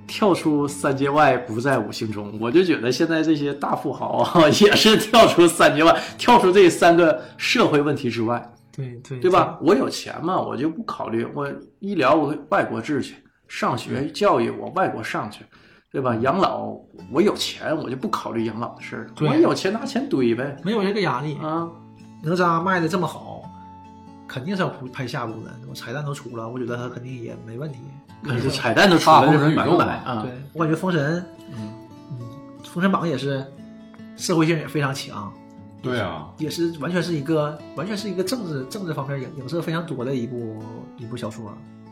A: 跳出三界外，不在五行中。我就觉得现在这些大富豪啊， 也是跳出三界外，跳出这三个社会问题之外，
C: 对对
A: 对？吧？我有钱嘛，我就不考虑我医疗，我外国治去；上学、教育，我外国上去，对吧？养老，我有钱，我就不考虑养老的事儿。
C: 对
A: 我有钱拿钱堆呗，
C: 没有这个压力，
A: 啊，
C: 哪吒卖的这么好，肯定是要铺拍下路的。我彩蛋都出了，我觉得他肯定也没问题。
A: 可是彩蛋都出
B: 大
A: 来
B: 风神
A: 了，
B: 宇
A: 百
B: 宙
A: 分百
B: 嘛
A: 啊
C: 嗯对！我感觉封神，
A: 嗯
C: 嗯，封神榜也是社会性也非常强，
B: 对啊，
C: 也是完全是一个完全是一个政治政治方面影影射非常多的一部一部小说。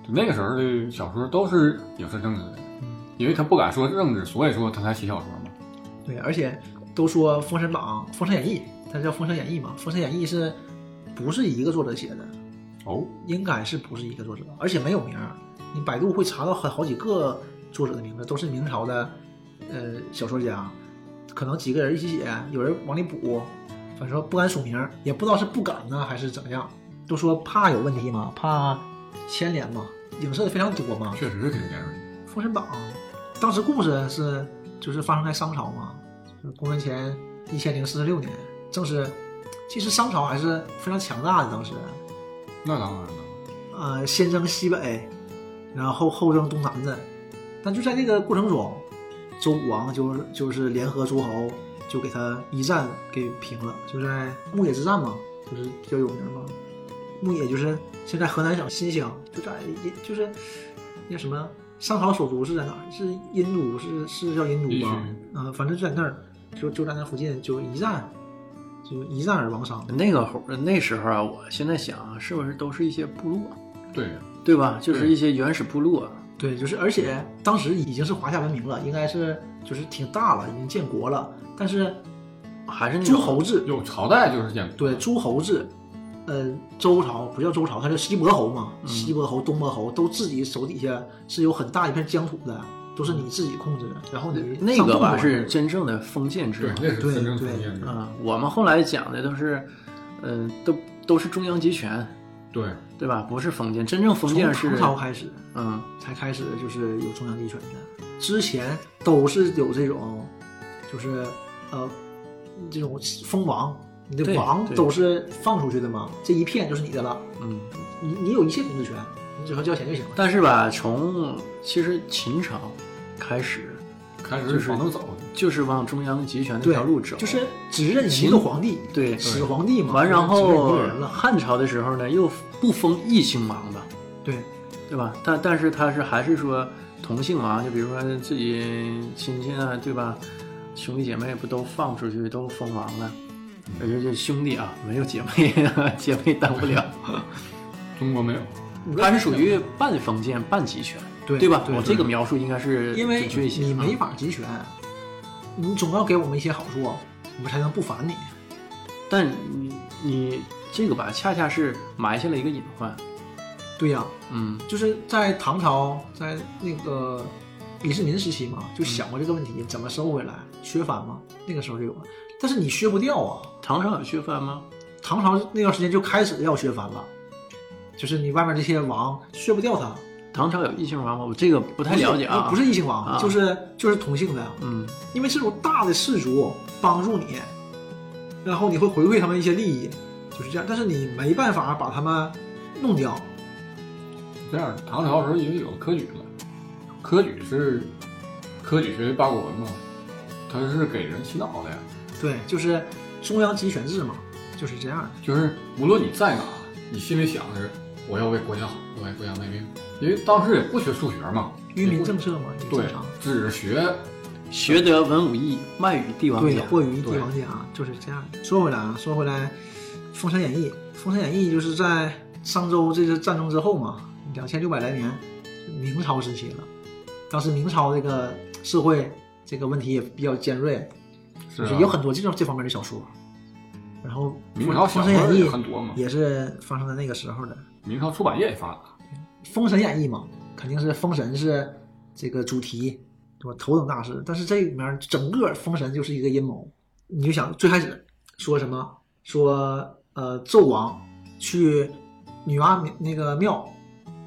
B: 就那个时候的小说都是影射政治的
C: 嗯，
B: 因为他不敢说政治，所以说他才写小说嘛。
C: 对，而且都说《封神榜》《封神演义》，它叫《封神演义》嘛，《封神演义》是不是一个作者写的？
B: 哦，
C: 应该是不是一个作者，而且没有名儿。你百度会查到很好几个作者的名字，都是明朝的，呃，小说家，可能几个人一起写，有人往里补，反正说不敢署名儿，也不知道是不敢呢还是怎样，都说怕有问题嘛，怕牵连嘛，影射的非常多嘛。
B: 确实是挺尖锐的。
C: 《封神榜》当时故事是就是发生在商朝嘛，就是公元前一千零四十六年，正是其实商朝还是非常强大的，当时，
B: 那当然了，
C: 呃，先征西北，然后后征东南的，但就在这个过程中，周武王就是就是联合诸侯，就给他一战给平了，就在牧野之战嘛，就是比较有名嘛。牧野就是现在河南省新乡，就在就是那什么商朝首都是在哪儿？是殷都，是是叫殷
B: 殷
C: 都吧
B: 墟？
C: 呃，反正就在那儿，就就在那附近，就一战，就一战而亡商。
A: 那个会儿那时候啊，我现在想啊，是不是都是一些部落，
B: 对，
A: 对吧？就是
B: 对
A: 一些原始部落，
C: 对，就是而且当时已经是华夏文明了，应该是就是挺大了，已经建国了。但是
A: 还是那
C: 诸
A: 种
C: 侯制，
B: 有朝代就是建国，
C: 对诸侯制，呃，周朝不叫周朝，它叫西伯侯嘛，
A: 嗯
C: 西伯侯、东伯侯都自己手底下是有很大一片疆土的，都是你自己控制的。然后你
A: 那
C: 上
A: 个
C: 动
A: 吧
C: 了
A: 是真正的封建制
B: 对
A: 嘛，，
B: 那是真正
C: 对嗯
B: 封建制。
A: 啊，我们后来讲的都是，嗯、都都是中央集权，
B: 对，
A: 对吧？不是封建，真正封
C: 从
A: 建是
C: 唐，朝开始
A: 嗯，
C: 才开始就是有中央集权的，之前都是有这种，就是呃这种封王。你的
A: 对
C: 王
A: 对
C: 都是放出去的嘛，这一片就是你的了。
A: 嗯，
C: 你你有一切统治权，你只要交钱就行了。
A: 但是吧，从其实秦朝开始，
B: 开
A: 就
B: 始
A: 是
B: 往那走，
A: 就是往中央集权那
C: 对
A: 条路走，
C: 就是只认一
A: 秦
C: 个皇帝，
A: 对。
C: 始皇帝嘛，
A: 完，然
C: 只认一
A: 后
C: 个人了。
A: 汉朝的时候呢，又不封异姓王了，
C: 对，
A: 对吧？但但是他是还是说同姓王，就比如说自己亲戚啊，对吧？兄弟姐妹不都放出去，都封王了。而且这兄弟啊，没有姐妹， 姐妹当不了。
B: 中国没有。
A: 它是属于半封建半集权，
C: 对
A: 吧？
C: 对
A: 我这个描述应该是
C: 因为
A: 准确一些。
C: 你没
A: 啊，
C: 法集权，你总要给我们一些好处，我们才能不烦你。
A: 但你你这个吧，恰恰是埋下了一个隐患。
C: 对呀、
A: 嗯，
C: 就是在唐朝，在那个李世民时期嘛，就想过这个问题，怎么收回来，削藩嘛，那个时候就有了。但是你削不掉啊，
A: 唐朝有削藩吗？
C: 唐朝那段时间就开始要削藩了，就是你外面这些王削不掉他，
A: 唐朝有异姓王吗？我这个不
C: 不
A: 太了解啊。
C: 不是，异姓王，
A: 啊
C: 就是就是同姓的，
A: 嗯，
C: 因为这种大的氏族帮助你，然后你会回馈他们一些利益，就是这样。但是你没办法把他们弄掉，
B: 这样，唐朝的时候也有科举了，科举是科举学八股文嘛，他是给人洗脑的，
C: 对，就是中央集权制嘛，就是这样的。
B: 就是无论你在哪，你心里想的是我要为国家好，我要为国家卖命，因为当时也不学数学嘛，
C: 愚民政策嘛，也
B: 对
C: 正常。，
B: 只是学
A: 学得文武艺，卖与帝王
C: 对
A: 家，。
C: 或于帝王家啊就是这样的。说回来啊，说回来，《封神演义》，《封神演义》就是在商周这次战争之后嘛，两千六百来年，明朝时期了。当时明朝这个社会这个问题也比较尖锐，
B: 是
C: 就是
B: 啊
C: 有很多这种这方面的小说。然后
B: 明朝小
C: 《
B: 说
C: 封神演义
B: 也》很多嘛，
C: 也是发生在那个时候的，
B: 明朝出版业也发达，
C: 《封神演义》嘛，肯定是封神是这个主题，对吧？头等大事。但是这里面整个封神就是一个阴谋。你就想最开始说什么？说呃，纣王去女娲庙那个庙，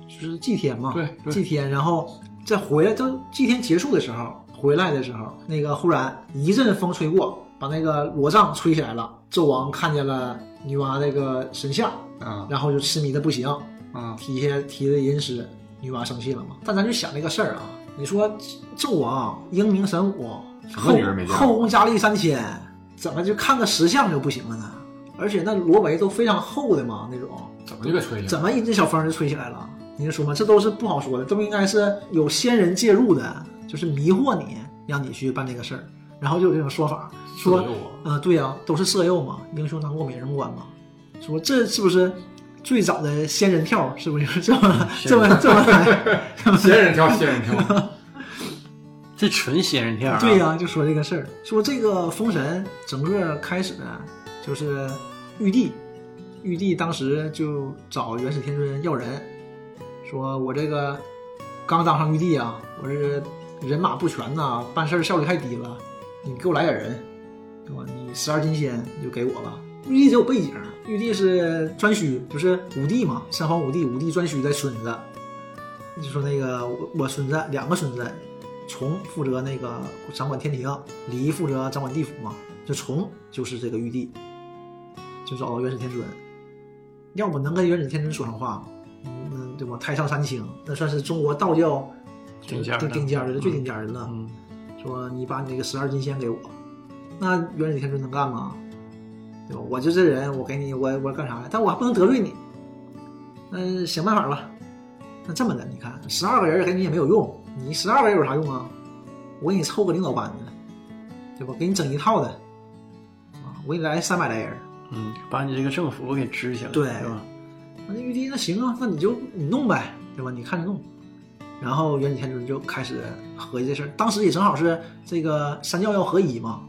C: 就是祭天嘛，
B: 对对
C: 祭天。然后再回来，就祭天结束的时候，回来的时候，那个忽然一阵风吹过，把那个罗帐吹起来了。纣王看见了女娲那个神像，
B: 嗯
C: 然后就痴迷的不行，
B: 嗯，
C: 提些提的吟诗，女娲生气了嘛？但咱就想这个事儿啊，你说纣王英明神武，
B: 什么
C: 后
B: 女人没见过
C: 后宫佳丽三千，怎么就看个石像就不行了呢？而且那罗围都非常厚的嘛，那种
B: 怎么就给吹了？
C: 怎么一阵小风就吹起来了？你就说嘛，这都是不好说的，都应该是有仙人介入的，就是迷惑你，让你去办这个事儿。然后就有这种说法，说
B: 左右我
C: 呃，对呀、都是色诱嘛，英雄难过美人关嘛。说这是不是最早的仙人跳？是不是就是这么这么这么来？
B: 仙人跳，仙人跳，
A: 这纯仙人跳、啊。
C: 对、呀、就说这个事儿，说这个封神整个开始呢，就是玉帝，玉帝当时就找元始天尊要人，说我这个刚当上玉帝啊，我这人马不全呐、办事儿效率太低了，你给我来点人，对吧？你十二金仙你就给我吧。玉帝得有背景，啊玉帝是颛顼，就是武帝嘛，三皇武帝，武帝颛顼的孙子。就说那个我我孙子两个孙子，崇负责那个掌管天庭，黎负责掌管地府嘛。这崇就是这个玉帝，就找到元始天尊，要不能跟元始天尊说上话吗？嗯，那对吧？太上三清，那算是中国道教
A: 顶尖儿的
C: 顶顶尖儿的
A: 嗯
C: 最顶尖儿的了。
A: 嗯，
C: 说你把你那个十二金仙给我，那元始天尊能干吗？对吧？我就这人，我给你，我我干啥呀？但我还不能得罪你，那想办法吧。那这么的，你看十二个人给你也没有用，你十二个人有啥用啊？我给你凑个领导班子，对吧？给你整一套的，啊，我给你来三百来人。
A: 嗯，把你这个政府给支起来，
C: 对
A: 是吧？
C: 那玉帝那行啊，那你就你弄呗，对吧？你看着弄。然后元始天尊就开始合计这事儿，当时也正好是这个三教要合一嘛，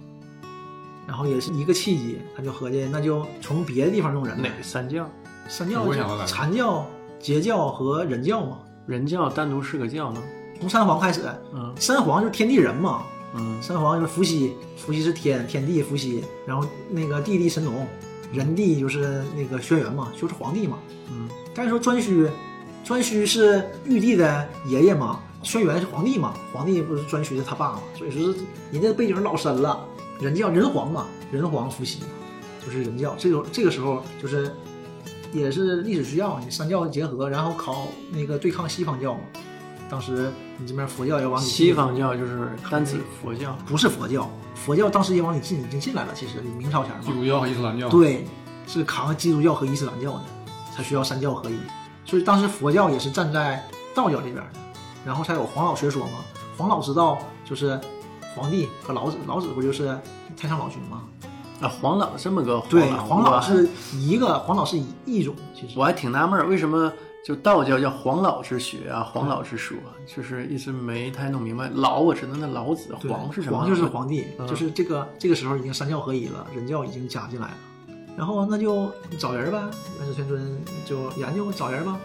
C: 然后也是一个契机，他就合计那就从别的地方弄人呗
A: 哪，三教？
C: 三教
B: 我也想到了
C: 禅教、截教和人教嘛，
A: 人教单独是个教吗？
C: 从三皇开始，
A: 嗯
C: 三皇就是天地人嘛，
A: 嗯，
C: 三皇就是伏羲，伏羲是天，天地伏羲，然后那个地帝神农，人帝就是那个轩辕嘛，就是皇帝嘛，
A: 嗯，
C: 但是说颛顼，颛顼是玉帝的爷爷嘛，轩辕是皇帝嘛，皇帝不是颛顼是他爸嘛，所以说人家背景老深了，人叫人皇嘛，人皇伏羲嘛，就是人教。这种这个时候就是也是历史需要，你三教结合，然后考那个对抗西方教嘛。当时你这边佛教也往里进
A: 西方教就是单指佛教，
C: 不是佛教，佛教当时也往里进，已经进来了。其实明朝前嘛
B: 基，督教和伊斯兰教，，
C: 对，是扛基督教和伊斯兰教的，才需要三教合一。所以当时佛教也是站在道教这边的，然后才有黄老学说嘛。黄老之道就是皇帝和老子，老子不就是太上老君吗？
A: 啊，黄老这么个
C: 对，
A: 黄
C: 黄老是一个，黄老是一一种，其实
A: 我还挺纳闷儿，为什么就道教叫黄老之学啊，黄老之说啊，就是一直没太弄明白。老我知道那老子，
C: 对
A: 黄是什么？
C: 黄就是皇帝，
A: 嗯
C: 就是这个这个时候已经三教合一了，人教已经加进来了。然后那就找人呗，元始天尊就研究找人吧。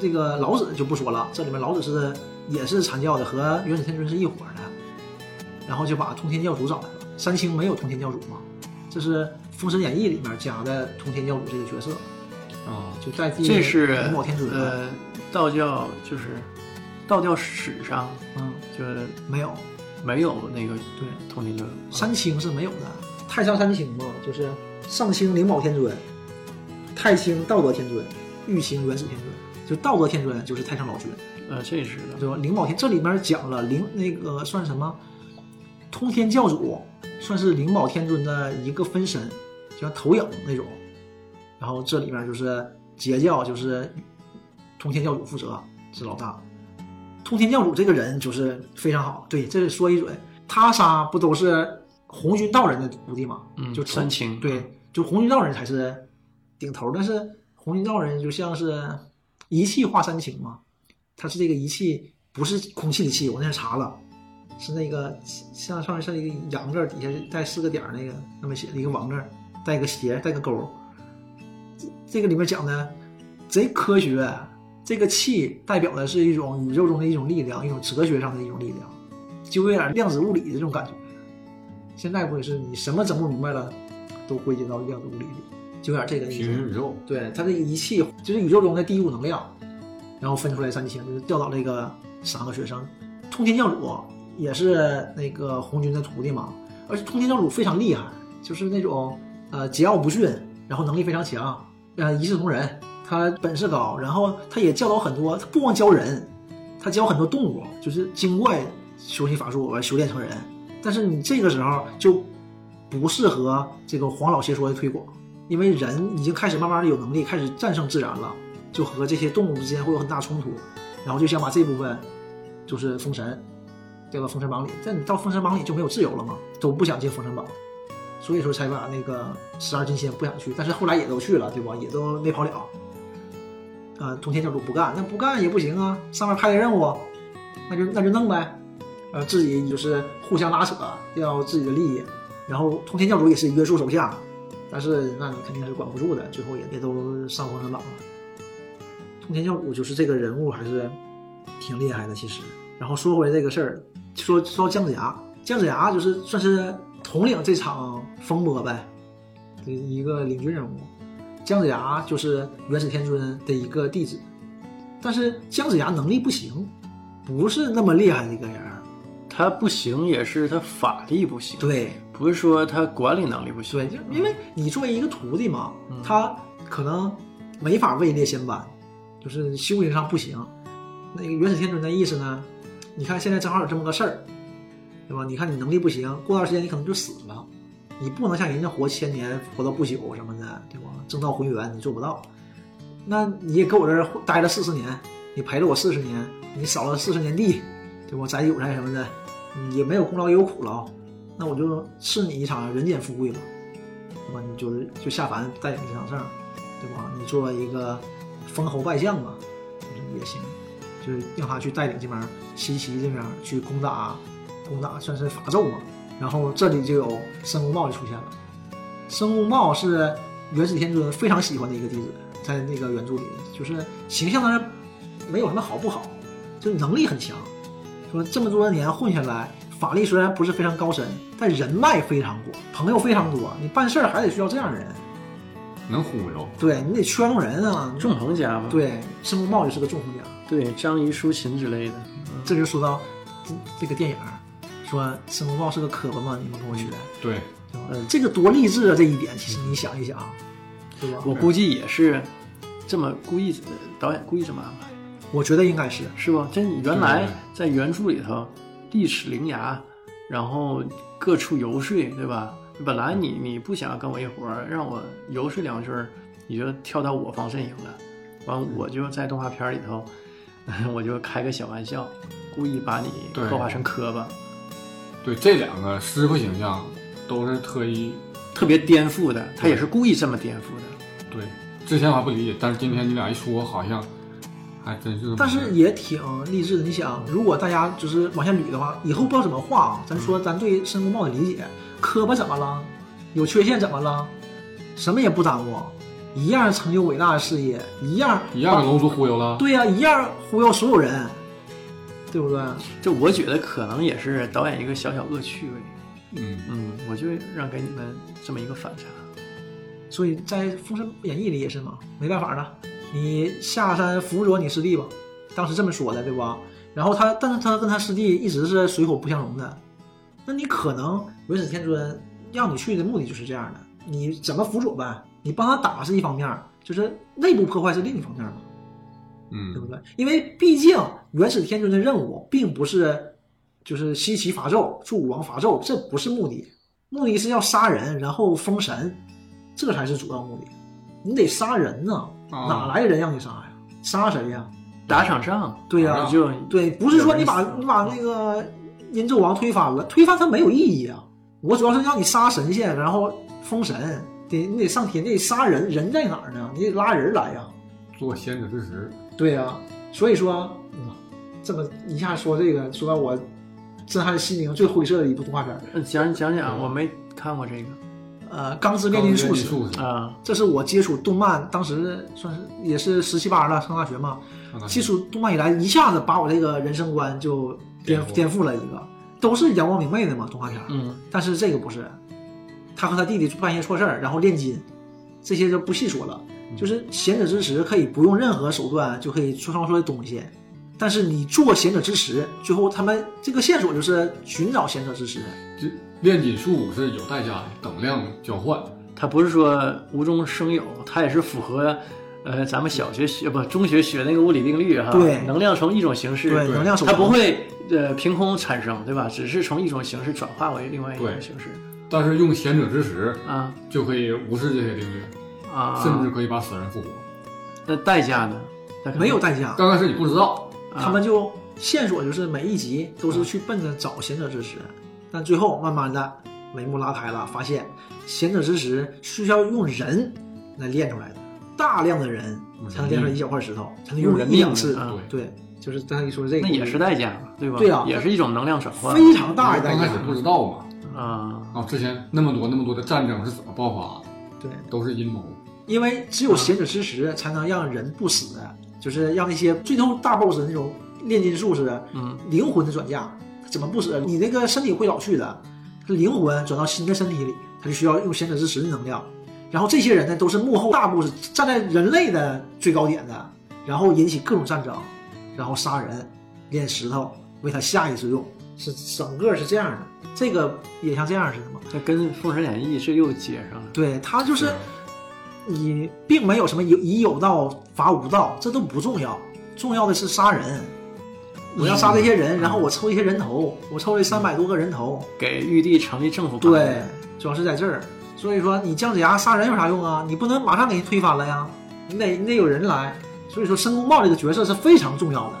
C: 这个老子就不说了，这里面老子是也是禅教的，和元始天尊是一伙儿的。然后就把通天教主找来了。三清没有通天教主嘛，这是《封神演义》里面加的通天教主这个角色，
B: 啊，
C: 就代替
A: 这是
C: 五宝天尊。
A: 呃，道教就是道教史上
C: 嗯，
A: 就
C: 没有，
A: 没有那个
C: 对，
A: 通天教
C: 三清是没有的。太上三清嘛，就是上清灵宝天尊，太清道德天尊，玉清元始天尊。就道德天尊就是太上老君，
A: 呃，这是的。
C: 对吧？灵宝天这里面讲了灵那个算什么？通天教主算是灵宝天尊的一个分身，就像投影那种。然后这里面就是截教，就是通天教主负责是老大。通天教主这个人就是非常好，对，这是说一嘴。他仨不都是红军道人的徒弟吗？
A: 嗯，
C: 就
A: 三清
C: 对，就红军道人才是顶头，但是红军道人就像是一气化三清嘛，他是这个一气，不是空气的气，我那天查了，是那个像上面是一个羊字儿，底下带四个点儿那个那么写的一个王字儿，带个斜，带个勾儿。这这个里面讲的贼科学，这个气代表的是一种宇宙中的一种力量，一种哲学上的一种力量，就有点量子物理的这种感觉。现在不也是你什么整不明白了，都归结到量子物理里，就有点这个意
B: 平
C: 思。
B: 行宇宙，
C: 对，它这个仪器就是宇宙中的第一股能量，然后分出来三千，就是调到那个三个学生。通天教主也是那个红军的徒弟嘛，而且通天教主非常厉害，就是那种呃桀骜不驯，然后能力非常强，呃一视同仁，他本事高，然后他也教导很多，他不光教人，他教很多动物，就是精怪修习法术而修炼成人。但是你这个时候就不适合这个黄老邪说的推广，因为人已经开始慢慢的有能力，开始战胜自然了，就和这些动物之间会有很大冲突，然后就想把这部分就是封神，调到封神榜里。但你到封神榜里就没有自由了嘛，都不想进封神榜，所以说才把那个十二金仙不想去，但是后来也都去了，对吧？也都没跑了。呃，通天教主不干，那不干也不行啊，上面派的任务，那就那就弄呗。呃，自己就是互相拉扯，要自己的利益。然后通天教主也是约束手下，但是那你肯定是管不住的，最后也也都上封神榜了。通天教主就是这个人物还是挺厉害的，其实。然后说回这个事儿，说说姜子牙，姜子牙就是算是统领这场风波呗，这一个领军人物。姜子牙就是元始天尊的一个弟子，但是姜子牙能力不行，不是那么厉害的一个人儿。
A: 他不行也是他法力不行，，
C: 对，
A: 不是说他管理能力不行，
C: 对，就因为你作为一个徒弟嘛，
A: 嗯
C: 他可能没法位列仙班，就是修行上不行。那个元始天尊的意思呢？你看现在正好有这么个事儿，对吧？你看你能力不行，过段时间你可能就死了，你不能像人家活千年、活到不朽什么的，对吧？正道回元你做不到，那你也搁我这儿待了四十年，你陪了我四十年，你扫了四十年地，对吧？咱有咱什么的，嗯也没有功劳也有苦劳，那我就赐你一场人间富贵吧。那么你就是就下凡带领这场仗，对吧？你作为一个封侯拜相嘛，就是也行，就是让他去带领这边西岐这边去攻打攻打算是伐纣嘛。然后这里就有申公豹就出现了，申公豹是元始天尊非常喜欢的一个弟子，在那个原著里就是形象当然没有什么好不好，就是能力很强。说这么多年混下来，法力虽然不是非常高深，但人脉非常广，朋友非常多，你办事儿还得需要这样的人，
B: 能忽悠，
C: 对你得圈住人啊。
A: 纵横家嘛，
C: 对，申公豹就是个纵横家。
A: 对，张仪、苏秦之类的，
C: 嗯这就说到这这个电影儿，说申公豹是个磕巴嘛，你们跟我学，
B: 对，
C: 对吧这个多励志啊！这一点，其实你想一想，啊对吧？
A: 我估计也是这么故意，呃导演故意这么安排，
C: 我觉得应该是
A: 是不？这原来
B: 对
A: 在原著里头，地齿伶牙，然后各处游说，对吧？本来你你不想跟我一伙儿，让我游说两句儿，你就跳到我方阵营了。完，我就在动画片里头， 我就开个小玩笑，故意把你
B: 对
A: 刻画成磕巴，
B: 对，这两个师傅形象都是特意
A: 特别颠覆的。他也是故意这么颠覆的。
B: 对。之前我还不理解，但是今天你俩一说，好像还真是这么回事。
C: 但是也挺励志的。你想，如果大家就是往下捋的话，以后不知道怎么画啊。咱说咱对申公豹的理解，磕巴怎么了？有缺陷怎么了？什么也不耽误，一样成就伟大的事业，一样
B: 一样给龙族忽悠了，
C: 对呀、一样忽悠所有人，对不对？
A: 这我觉得可能也是导演一个小小恶趣味。
B: 嗯，
A: 嗯，我就让给你们这么一个反差。
C: 所以在《封神演义》里也是嘛，没办法了，你下山辅佐你师弟吧，当时这么说的，对吧？然后他，但是他跟他师弟一直是水火不相容的。那你可能元始天尊让你去的目的就是这样的，你怎么辅佐呗？你帮他打是一方面儿，就是内部破坏是另一方面儿嘛。对不
B: 嗯，
C: 对？因为毕竟元始天尊的任务并不是就是西岐伐纣、助武王伐纣，这不是目的，目的是要杀人，然后封神，这才是主要目的。你得杀人呢，
A: 哦
B: 啊
C: 哪来的人让你杀呀？杀谁呀？
A: 打场仗，
C: 啊对呀、
B: 啊
A: 就
C: 对，不是说你把
A: 有人死
C: 你把那个殷纣王推翻了，推翻它没有意义啊。我主要是让你杀神仙，然后封神，得你得上天，你得杀人，人在哪儿呢？你得拉人来呀、
B: 做先者之实，
C: 啊对呀、所以说，嗯，这么一下说这个，说到我震撼心灵最灰色的一部动画片儿。
A: 那讲讲讲，
B: 嗯
A: 我没看过这个
C: 呃，《钢之
B: 这
C: 炼金术士》，
B: 术士，
A: 啊，
C: 这是我接触动漫，当时算是也是十七八了，上大学嘛，
B: 嗯
C: 接触动漫以来，一下子把我这个人生观就颠
B: 颠覆
C: 颠覆了一个。都是阳光明媚的嘛，动画片儿，
A: 嗯
C: 但是这个不是，他和他弟弟办一些错事儿，然后炼金，这些就不细说了。就是贤者之石可以不用任何手段就可以创造出来东西，但是你做贤者之石，最后他们这个线索就是寻找贤者之石。
B: 这炼金术是有代价的，等量交换。
A: 它不是说无中生有，它也是符合。呃，咱们小学学不中学学那个物理定律哈，
C: 对
A: 能量从一种形式，
C: 对，能量手
A: 它
C: 段
A: 不会呃凭空产生，对吧？只是从一种形式转化为另外一种
B: 对
A: 形式
B: 但是用贤者之石
A: 啊
B: 就可以无视这些定律，
A: 啊，
B: 甚至可以把死人复活。
A: 那代价呢？它可能
C: 没有代价，
B: 刚开始你不知道，
A: 啊嗯
C: 他们就线索就是每一集都是去奔着找贤者之石，但最后慢慢的帷幕拉开了，发现贤者之石需要用人来炼出来的，大量的人才能炼出来一小块石头，才能
A: 用
C: 用
A: 人
C: 一两
A: 命
C: 次。
A: 啊
B: 对，
C: 对，就是刚才你说的这
A: 那
C: 个故事，
A: 也是代价嘛，对吧？
C: 对啊
A: 也是一种能量转换
C: 非常大的代
B: 刚开
C: 价
B: 始。不知道嘛。
A: 啊。
B: 啊，之前那么多那么多的战争是怎么爆发的，
C: 对，
B: 都是阴谋。
C: 因为只有贤者之石才能让人不死，就是让那些最后大 boss 那种炼金术士
A: 嗯，
C: 灵魂的转嫁，他怎么不死？你那个身体会老去的，他灵魂转到新的身体里，他就需要用贤者之石的能量。然后这些人呢，都是幕后大 boss，站在人类的最高点的，然后引起各种战争，然后杀人、炼石头，为他下一次用，是整个是这样的。这个也像这样似的嘛？
A: 那跟《封神演义》这又接上了。
C: 对他就是你并没有什么以以有道伐无道，这都不重要，重要的是杀人。我要杀这些人，然后我抽一些人头，我抽了三百多个人头，
A: 给玉帝成立政府吧
C: 对，主要是在这儿。所以说你姜子牙杀人有啥用啊？你不能马上给人推翻了呀，你得你得有人来。所以说申公豹这个角色是非常重要的，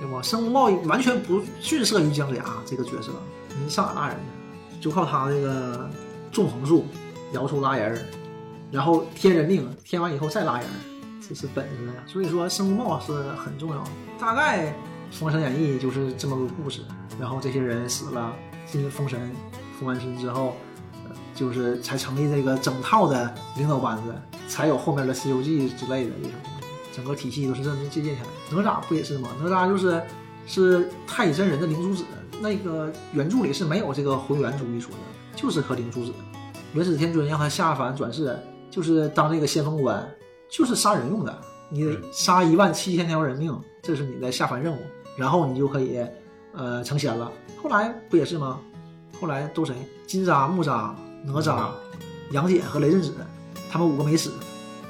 C: 对吧？申公豹完全不逊色于姜子牙这个角色，你上哪拉人呢？就靠他这个纵横术，摇出拉人儿，然后添人命，添完以后再拉人儿，这是本事呀。所以说申公豹是很重要的。大概《封神演义》就是这么个故事，然后这些人死了，进封神封完神之后，呃就是才成立这个整套的领导班子，才有后面的《西游记》之类的这种，整个体系都是这么借鉴下来。哪吒不也是吗？哪吒就是是太乙真人的灵珠子，那个原著里是没有这个回元珠一说的，就是颗灵珠子。元始天尊让他下凡转世，就是当这个先锋官，就是杀人用的。你得杀一万七千条人命，这是你的下凡任务，然后你就可以，呃，成仙了。后来不也是吗？后来都谁？金吒、木吒、哪吒、杨戬和雷震子，他们五个没死，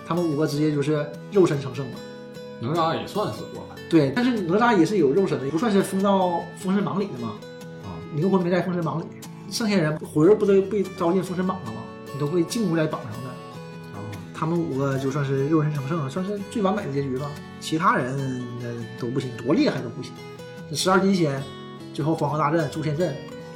C: 他们五个直接就是肉身成圣了。
B: 哪吒也算死过吧？
C: 对，但是哪吒也是有肉身的，不算是封到封神榜里的嘛，
B: 啊，
C: 灵魂没在封神榜里，剩下人魂儿不都被招进封神榜了吗？你都被禁锢在榜上的。
A: 啊
B: 然后
C: 他们五个就算是肉身成圣，算是最完美的结局吧。其他人呃都不行，多厉害都不行。这十二金仙，最后黄河大震、诛仙阵，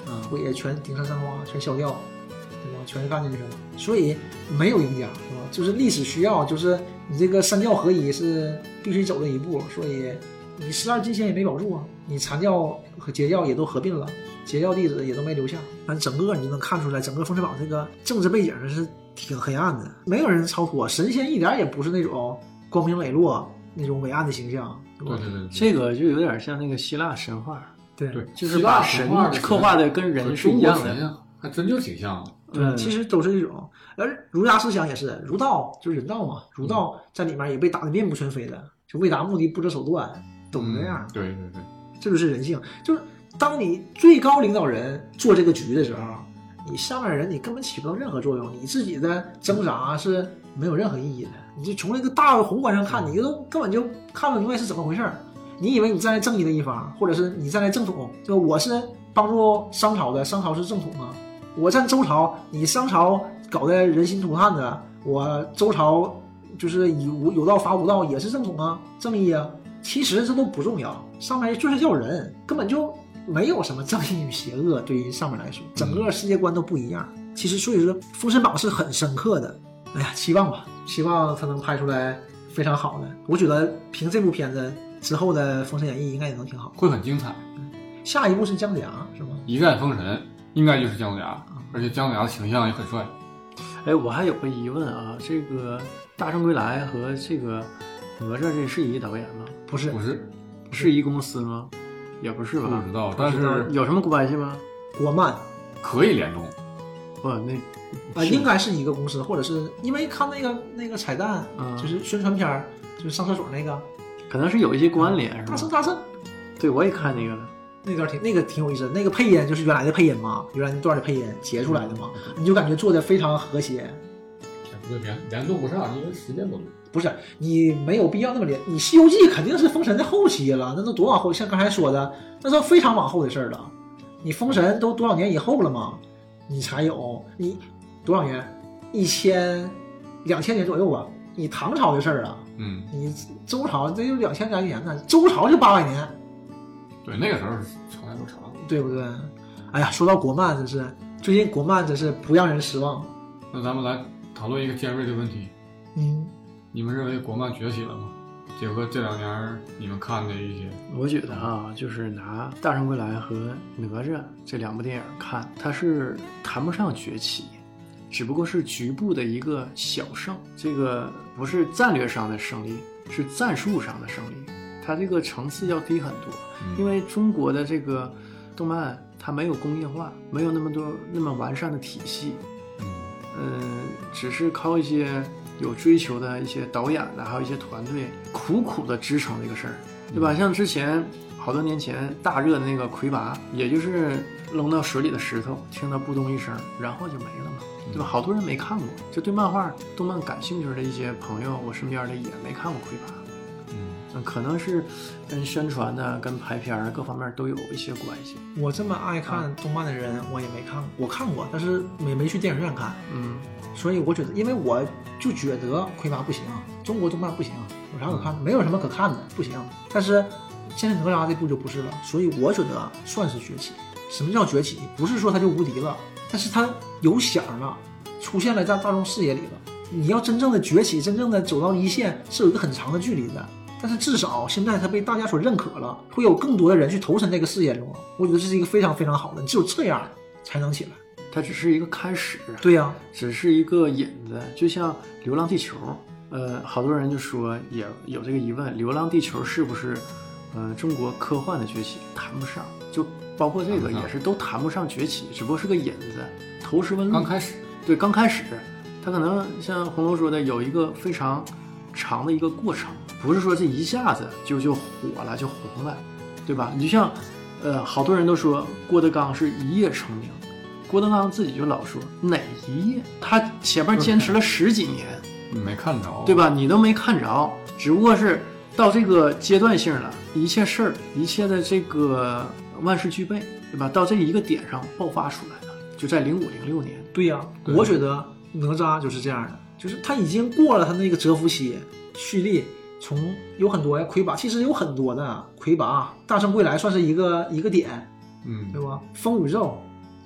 A: 嗯
C: 不也全顶上三花全消掉，对吧？全干进去了。所以没有赢家，是吧？就是历史需要，就是你这个三教合一是必须走这一步，所以你十二金仙也没保住啊，你禅教和截教也都合并了。截教弟子也都没留下，反正整个你就能看出来，整个《封神榜》这个政治背景是挺黑暗的，没有人超脱，神仙一点也不是那种光明磊落那种伟岸的形象，对
B: 对
C: 吧？
B: 对对
A: 这个就有点像那个希腊神话，
C: 对
B: 对，
A: 就是把
B: 希
A: 神
B: 腊神话
A: 刻画的跟人是一样的。
B: 的，还真就挺像的。
C: 对，嗯其实都是这种。而儒家思想也是，儒道就是人道嘛，儒道在里面也被打得面目全非的，就为达目的不择手段，都是这样。
B: 嗯对对对，
C: 这就是人性。就是当你最高领导人做这个局的时候，你下面人你根本起不到任何作用，你自己的挣扎是没有任何意义的。你就从这个大的宏观上看，你都根本就看不明白是怎么回事儿。你以为你站在正义的一方，或者是你站在正统，就我是帮助商朝的，商朝是正统吗？我站周朝，你商朝搞得人心涂炭的，我周朝就是以无有道伐无道，也是正统啊，正义啊。其实这都不重要，上面就是要人，根本就没有什么正义与邪恶。对于上面来说，整个世界观都不一样。其实所以说，《封神榜》是很深刻的。哎呀，期望吧，希望他能拍出来非常好的。我觉得凭这部片子之后的《封神演义》应该也能挺好。
B: 会很精彩。
C: 下一步是姜子牙是吗？
B: 一战封神应该就是姜子牙，而且姜子牙的形象也很帅。
A: 哎，我还有个疑问啊，这个《大圣归来》和这个哪吒这是一个导演吗？
C: 不是
B: 不是
A: 是一公司吗？也不是
B: 不
A: 吧
B: 知？道，但是
A: 有什么关系吗？
C: 国漫啊、
B: 可以联动。
A: 不，那是
C: 呃应该是一个公司，或者是因为看那个那个彩蛋，
A: 嗯
C: 就是宣传片儿，就是上厕所那个
A: 可能是有一些关联，
C: 大
A: 是
B: 嗯
C: 圣
A: 吧？
C: 大圣
A: 对，我也看那个了。
C: 那段挺那个挺有意思的，那个配音就是原来的配音嘛，原来那段的配音截出来的嘛，你就感觉做的非常和谐。
B: 不对，联联动不上，因为时间不对。
C: 不是你没有必要那么连，你《西游记》肯定是封神的后期了，那都多往后，像刚才说的，那都非常往后的事儿了。你封神都多少年以后了嘛？你才有你多少年？一千两千年左右吧。你唐朝的事儿啊，
B: 嗯，
C: 你周朝这就两千来年呢，周朝就八百年，
B: 对，那个时候朝代都长。
C: 对不对？哎呀，说到国漫，真是最近国漫真是不让人失望。
B: 那咱们来讨论一个尖锐的问题：
C: 嗯，
B: 你们认为国漫崛起了吗？结合这两年你们看的一些，
A: 我觉得啊，就是拿《大圣归来》和《哪吒》这两部电影看，它是谈不上崛起，只不过是局部的一个小胜。这个不是战略上的胜利，是战术上的胜利。它这个层次要低很多，
B: 嗯
A: 因为中国的这个动漫它没有工业化，没有那么多那么完善的体系，
B: 嗯，
A: 嗯，只是靠一些有追求的一些导演的，还有一些团队苦苦的支撑这个事儿，对吧？像之前好多年前大热的那个《魁拔》，也就是扔到水里的石头，听它扑通一声，然后就没了嘛，对吧？好多人没看过，就对漫画、动漫感兴趣的一些朋友，我身边的也没看过《魁拔》。
B: 嗯，
A: 嗯，可能是跟宣传呢、跟排片儿各方面都有一些关系。
C: 我这么爱看动漫的人，我也没看过，我看过，但是没没去电影院看。
A: 嗯，
C: 所以我觉得，因为我就觉得魁拔不行，啊中国动漫不行，啊有啥可看的？没有什么可看的，不行。啊但是现在哪吒这部就不是了，所以我觉得算是崛起。什么叫崛起？不是说他就无敌了，但是他有响了，出现了在大众视野里了。你要真正的崛起，真正的走到一线，是有一个很长的距离的。但是至少现在他被大家所认可了，会有更多的人去投身这个事业中。啊我觉得这是一个非常非常好的，你只有这样才能起来。
A: 它只是一个开始。啊
C: 对呀、
A: 只是一个引子，就像《流浪地球》，呃，好多人就说也有这个疑问，《流浪地球》是不是，呃，中国科幻的崛起谈不上，就包括这
B: 谈不
A: 个
B: 上
A: 也是都谈不上崛起，只不过是个引子，投石问路。
B: 刚开始，
A: 对，刚开始，它可能像红楼说的，有一个非常长的一个过程，不是说这一下子就就火了就红了，对吧？你就像，呃，好多人都说郭德纲是一夜成名，郭德纲自己就老说哪一夜，他前面坚持了十几年，
B: 没看着，
A: 对？吧？你都没看着，只不过是到这个阶段性了，一切事儿，一切的这个万事俱备，对吧？到这一个点上爆发出来了，就在零五零六年。
C: 对呀、
B: 对
C: 我觉得哪吒就是这样的，就是他已经过了他那个蛰伏期，蓄力从有很多呀，魁拔其实有很多的，啊魁拔、大圣归来算是一个一个点，
B: 嗯
C: 对，吧？风宇宙、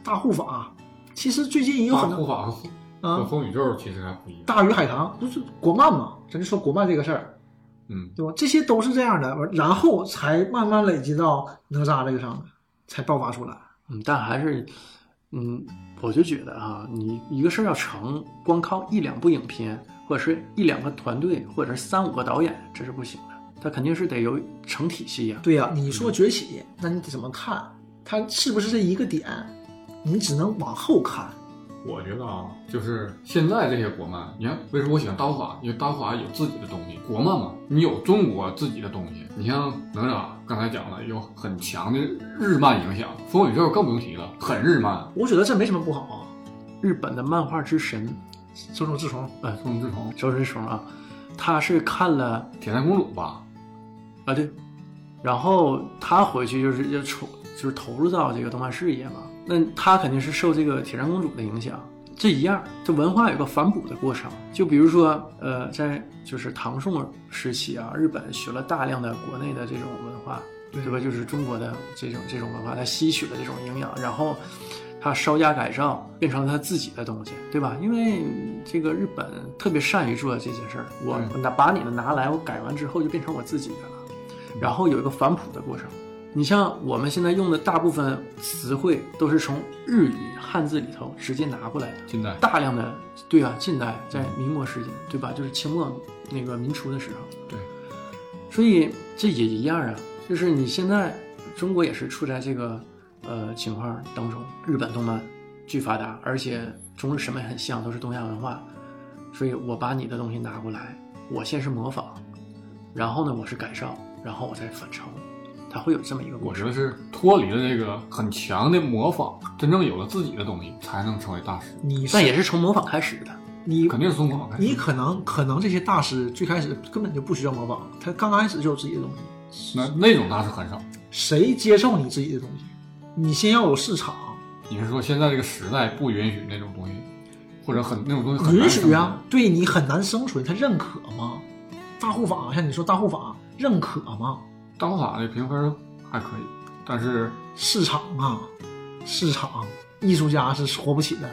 C: 大护法，其实最近也有
B: 大
C: 很
B: 护
C: 多
B: 法和
C: 啊，
B: 风宇宙其实还不一样。
C: 大鱼海棠就是国漫嘛，咱就说国漫这个事儿，
B: 嗯，
C: 对吧？这些都是这样的，完然后才慢慢累积到哪吒这个上面，才爆发出来。
A: 嗯，但还是，嗯，我就觉得啊，你一个事儿要成，光靠一两部影片，或者是一两个团队，或者是三五个导演，这是不行的。它肯定是得有成体系呀、
C: 对呀、你
A: 嗯
C: 说崛起，那你得怎么看？它是不是这一个点？你只能往后看。
B: 我觉得啊，就是现在这些国漫，你看为什么我喜欢大护法？因为大护法有自己的东西，国漫嘛，你有中国自己的东西。你像哪吒刚才讲了，有很强的日漫影响，风宇宙更不用提了，很日漫。
C: 我觉得这没什么不好啊。
A: 日本的漫画之神
C: 手冢治虫，
B: 宋志鹏、
A: 周志雄啊，他是看了
B: 铁扇公主吧，
A: 啊对，然后他回去就是要投就是投入到这个动漫事业嘛，那他肯定是受这个铁扇公主的影响。这一样，这文化有个反哺的过程。就比如说，呃，在就是唐宋时期啊，日本学了大量的国内的这种文化，对吧？就是中国的这种这种文化，它吸取了这种营养，然后它稍加改造，变成了它自己的东西，对吧？因为这个日本特别善于做这件事儿，我
B: 嗯
A: 嗯我拿把你的拿来，我改完之后就变成我自己的了。然后有一个反哺的过程。你像我们现在用的大部分词汇都是从日语汉字里头直接拿过来的，
B: 近代
A: 大量的对啊，近代在民国时期，对吧？就是清末那个民初的时候，
B: 对，
A: 所以这也一样啊，就是你现在中国也是处在这个呃情况当中，日本动漫巨发达，而且中日审美很像，都是东亚文化，所以我把你的东西拿过来，我先是模仿，然后呢我是改造，然后我再反抄，它会有这么一个过
B: 我
A: 程。
B: 觉得是脱离了这个很强的模仿，真正有了自己的东西，才能成为大师。
C: 你是
A: 但也是从模仿开始的，
C: 你
B: 肯定是从模仿开始。
C: 你可能可能这些大师最开始根本就不需要模仿，他刚开始就有自己的东西。
B: 那那种大师很少。
C: 谁接受你自己的东西？你先要有市场，
B: 你是说现在这个时代不允许那种东西，或者很那种东西很难
C: 允许
B: 生
C: 啊，对你很难生存，他认可吗？大护法像你说大护法认可吗？
B: 存？大护法的评分还可以，但是
C: 市场啊，市场，艺术家是活不起的。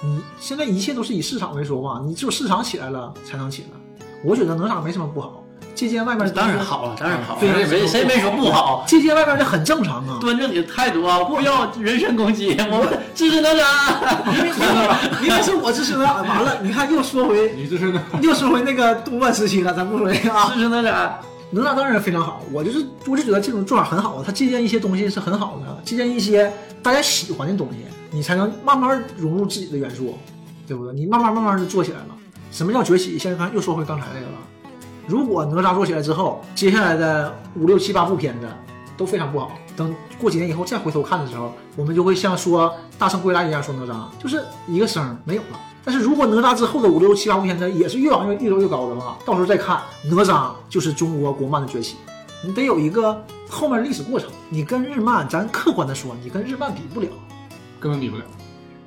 C: 你现在一切都是以市场为说话，你只有市场起来了才能起来。我觉得哪吒没什么不好，借鉴外面的
A: 当然，好啊，当然好啊，
B: 对啊
A: 谁谁没说不好？
C: 借鉴外面的很正常啊。
A: 端正你的态度啊，不要人身攻击，我们支持哪吒。
C: 对，明明是我支持的，完了，你看又说回
B: 你这是那
C: 又说回那个东漫时期了，咱不说这个啊。
A: 支持哪吒。
C: 哪吒当然非常好，我就是我就觉得这种做法很好，它借鉴一些东西是很好的，借鉴一些大家喜欢的东西，你才能慢慢融入自己的元素，对不对？你慢慢慢慢就做起来了。什么叫崛起？现在看又说回刚才那个了。如果哪吒做起来之后，接下来的五六七八部片子都非常不好，等过几年以后再回头看的时候，我们就会像说《大圣归来》一样说哪吒，就是一个声儿没有了。但是如果哪吒之后的五六七八部片子也是越往越越走越高的话，到时候再看哪吒就是中国国漫的崛起。你得有一个后面历史过程，你跟日漫，咱客观的说，你跟日漫比不了。
B: 根本比不了。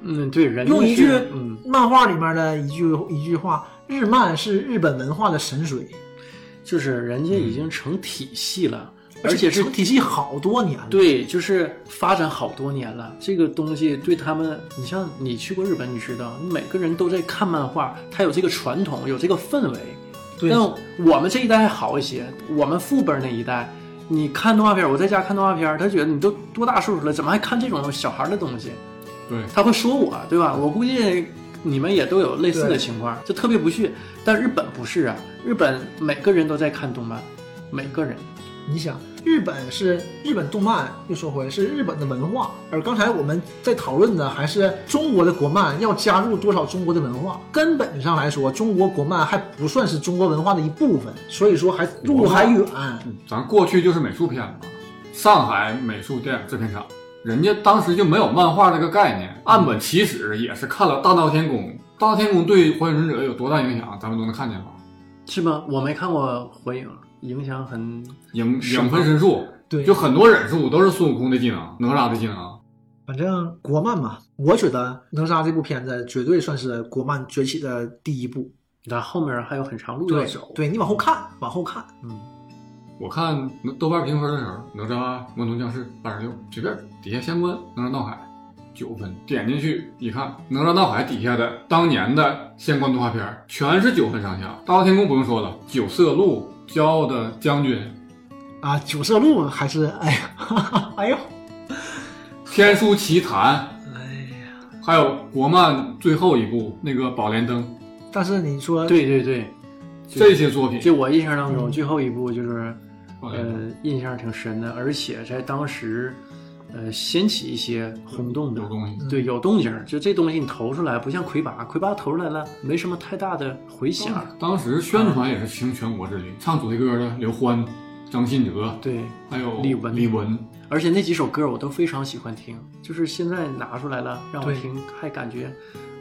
A: 嗯，对，人
C: 用
A: 家
C: 一
A: 是
C: 句
A: 嗯，
C: 漫画里面的一句一句话，日漫是日本文化的神髓，
A: 就是人家已经成体系了，而且
C: 嗯且
A: 是
C: 成体系好多年了。
A: 对，就是发展好多年了。这个东西对他们，你像你去过日本，你知道，每个人都在看漫画，他有这个传统，有这个氛围。
C: 对
A: 但我们这一代还好一些，我们父辈那一代，你看动画片，我在家看动画片，他觉得你都多大岁数了，怎么还看这种小孩的东西？
B: 对，
A: 他会说我，对吧？我估计你们也都有类似的
C: 对
A: 情况，就特别不屑。但日本不是啊，日本每个人都在看动漫，每个人。
C: 你想，日本是日本动漫，又说回是日本的文化，而刚才我们在讨论的还是中国的国漫要加入多少中国的文化。根本上来说，中国国漫还不算是中国文化的一部分，所以说还路还远。
B: 咱过去就是美术片嘛，上海美术电影制片厂，人家当时就没有漫画这个概念，岸本齐史也是看了《大闹天宫》，《大闹天宫》对《火影忍者》有多大影响，咱们都能看见吧？
A: 是吗？我没看过《火影》，影响很。
B: 影
A: 是
B: 影分身术，
C: 对，
B: 就很多忍术都是孙悟空的技能，哪吒的技能。
C: 反正国漫嘛，我觉得哪吒这部片子绝对算是国漫崛起的第一步。
A: 那后面还有很长路要
C: 对
A: 走，。
C: 对你往后看，往后看，
A: 嗯，
B: 我看豆瓣评分的时候，哪吒魔童降世八十六，随便底下相关哪吒闹海九分，点进去一看，哪吒闹海底下的当年的相关动画片儿全是九分上下，大闹天宫不用说了，九色鹿、骄傲的将军、
C: 啊，九色鹿还是哎呀，哈哈 哎呦，
B: 天书奇谭，
C: 哎呀。
B: 还有国漫最后一部那个宝莲灯，
C: 但是你说
A: 对对对，
B: 这些作品，
A: 就我印象当中，
C: 嗯
A: 最后一部就是，
B: 宝莲灯
A: 呃，印象挺深的，而且在当时，呃，掀起一些轰动的
B: 有东西。
A: 对，有动静儿，就这东西你投出来，不像魁拔，魁拔投出来了没什么太大的回响。
C: 哦
B: 当时宣传也是倾全国之
A: 嗯
B: 力，唱主题歌的刘欢、张信哲，
A: 对，
B: 还有
A: 李玟
B: 李玟，
A: 而且那几首歌我都非常喜欢听，就是现在拿出来了让我
C: 对
A: 听，还感觉，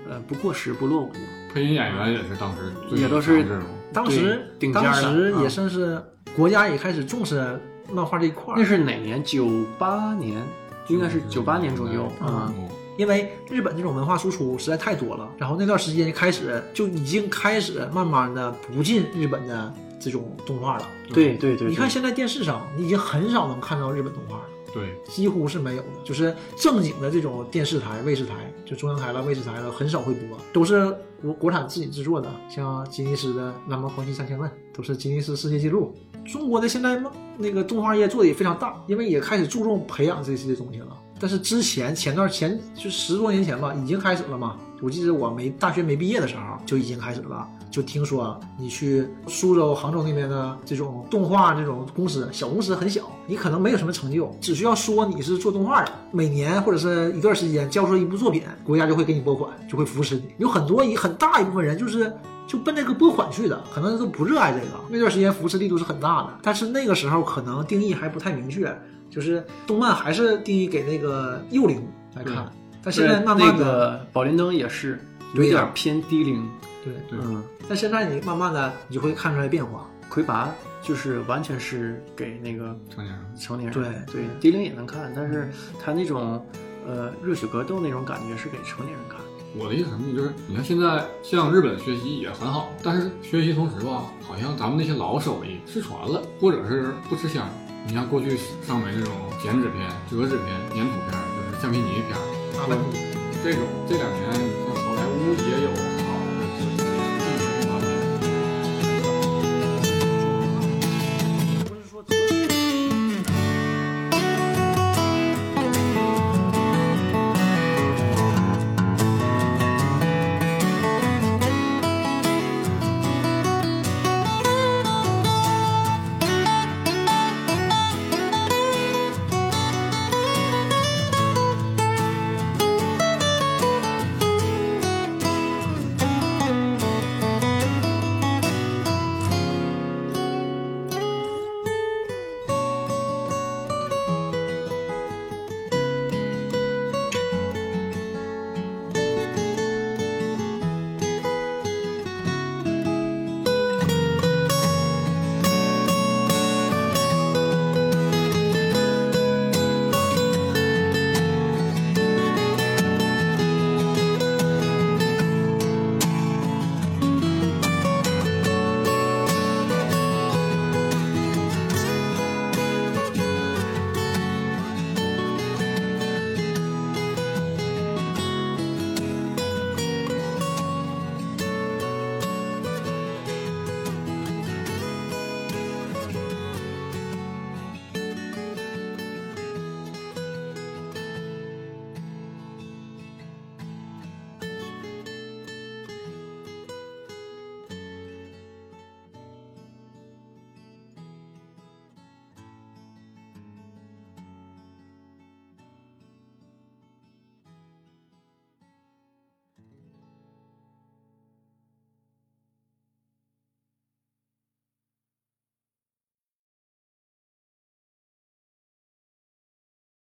A: 呃，不过时不落伍。
B: 配音演员也是当时最
A: 也都是
B: 强阵容
C: 当时
A: 对顶尖
C: 当
A: 儿的
C: 时
A: 啊
C: 也算是国家也开始重视漫画这一块
A: 那
C: 儿，
A: 是哪年？九八年，应该是九八年左右啊、
B: 嗯
C: 因为日本这种文化输出实在太多了，然后那段时间开始就已经开始慢慢的不进日本的这种动画了。
A: 对对对，
C: 你看
A: 嗯对
C: 现在电视上，你已经很少能看到日本动画了，
B: 对，
C: 几乎是没有的，就是正经的这种电视台、卫视台，就中央台了、卫视台了，很少会播，都是国国产自己制作的，像吉尼斯的《蓝猫黄金三千问》都是吉尼斯世界纪录。中国的现在那个动画业做的也非常大，因为也开始注重培养这些东西了。但是之前前段前就十多年前吧，已经开始了嘛。我记得我没大学没毕业的时候就已经开始了，就听说你去苏州、杭州那边的这种动画这种公司，小公司很小，你可能没有什么成就，只需要说你是做动画的，每年或者是一段时间交出一部作品，国家就会给你拨款，就会扶持你。有很多一很大一部分人就是 就奔这个拨款去的，可能都不热爱这个。那段时间扶持力度是很大的，但是那个时候可能定义还不太明确，就是动漫还是定义给那个幼龄来看。但现在慢慢
A: 那
C: 的，
A: 个宝莲灯也是有
C: 对呀
A: 点偏低龄，
C: 对，
B: 对
A: 嗯，
C: 但现在你慢慢的你就会看出来变化。
A: 魁拔就是完全是给那个
B: 成年人，
A: 成年人，
C: 对
A: 对，低龄也能看，但是他那种呃热血格斗那种感觉是给成年人看，
B: 我的意思什么呢？就是你看现在向日本学习也很好，但是学习同时吧，好像咱们那些老手艺失传了，或者是不吃香。你像过去上美这种剪纸片、折纸片、粘土片，就是橡皮泥片，
C: 啊，问题
B: 这种这两年，你看好莱坞也有。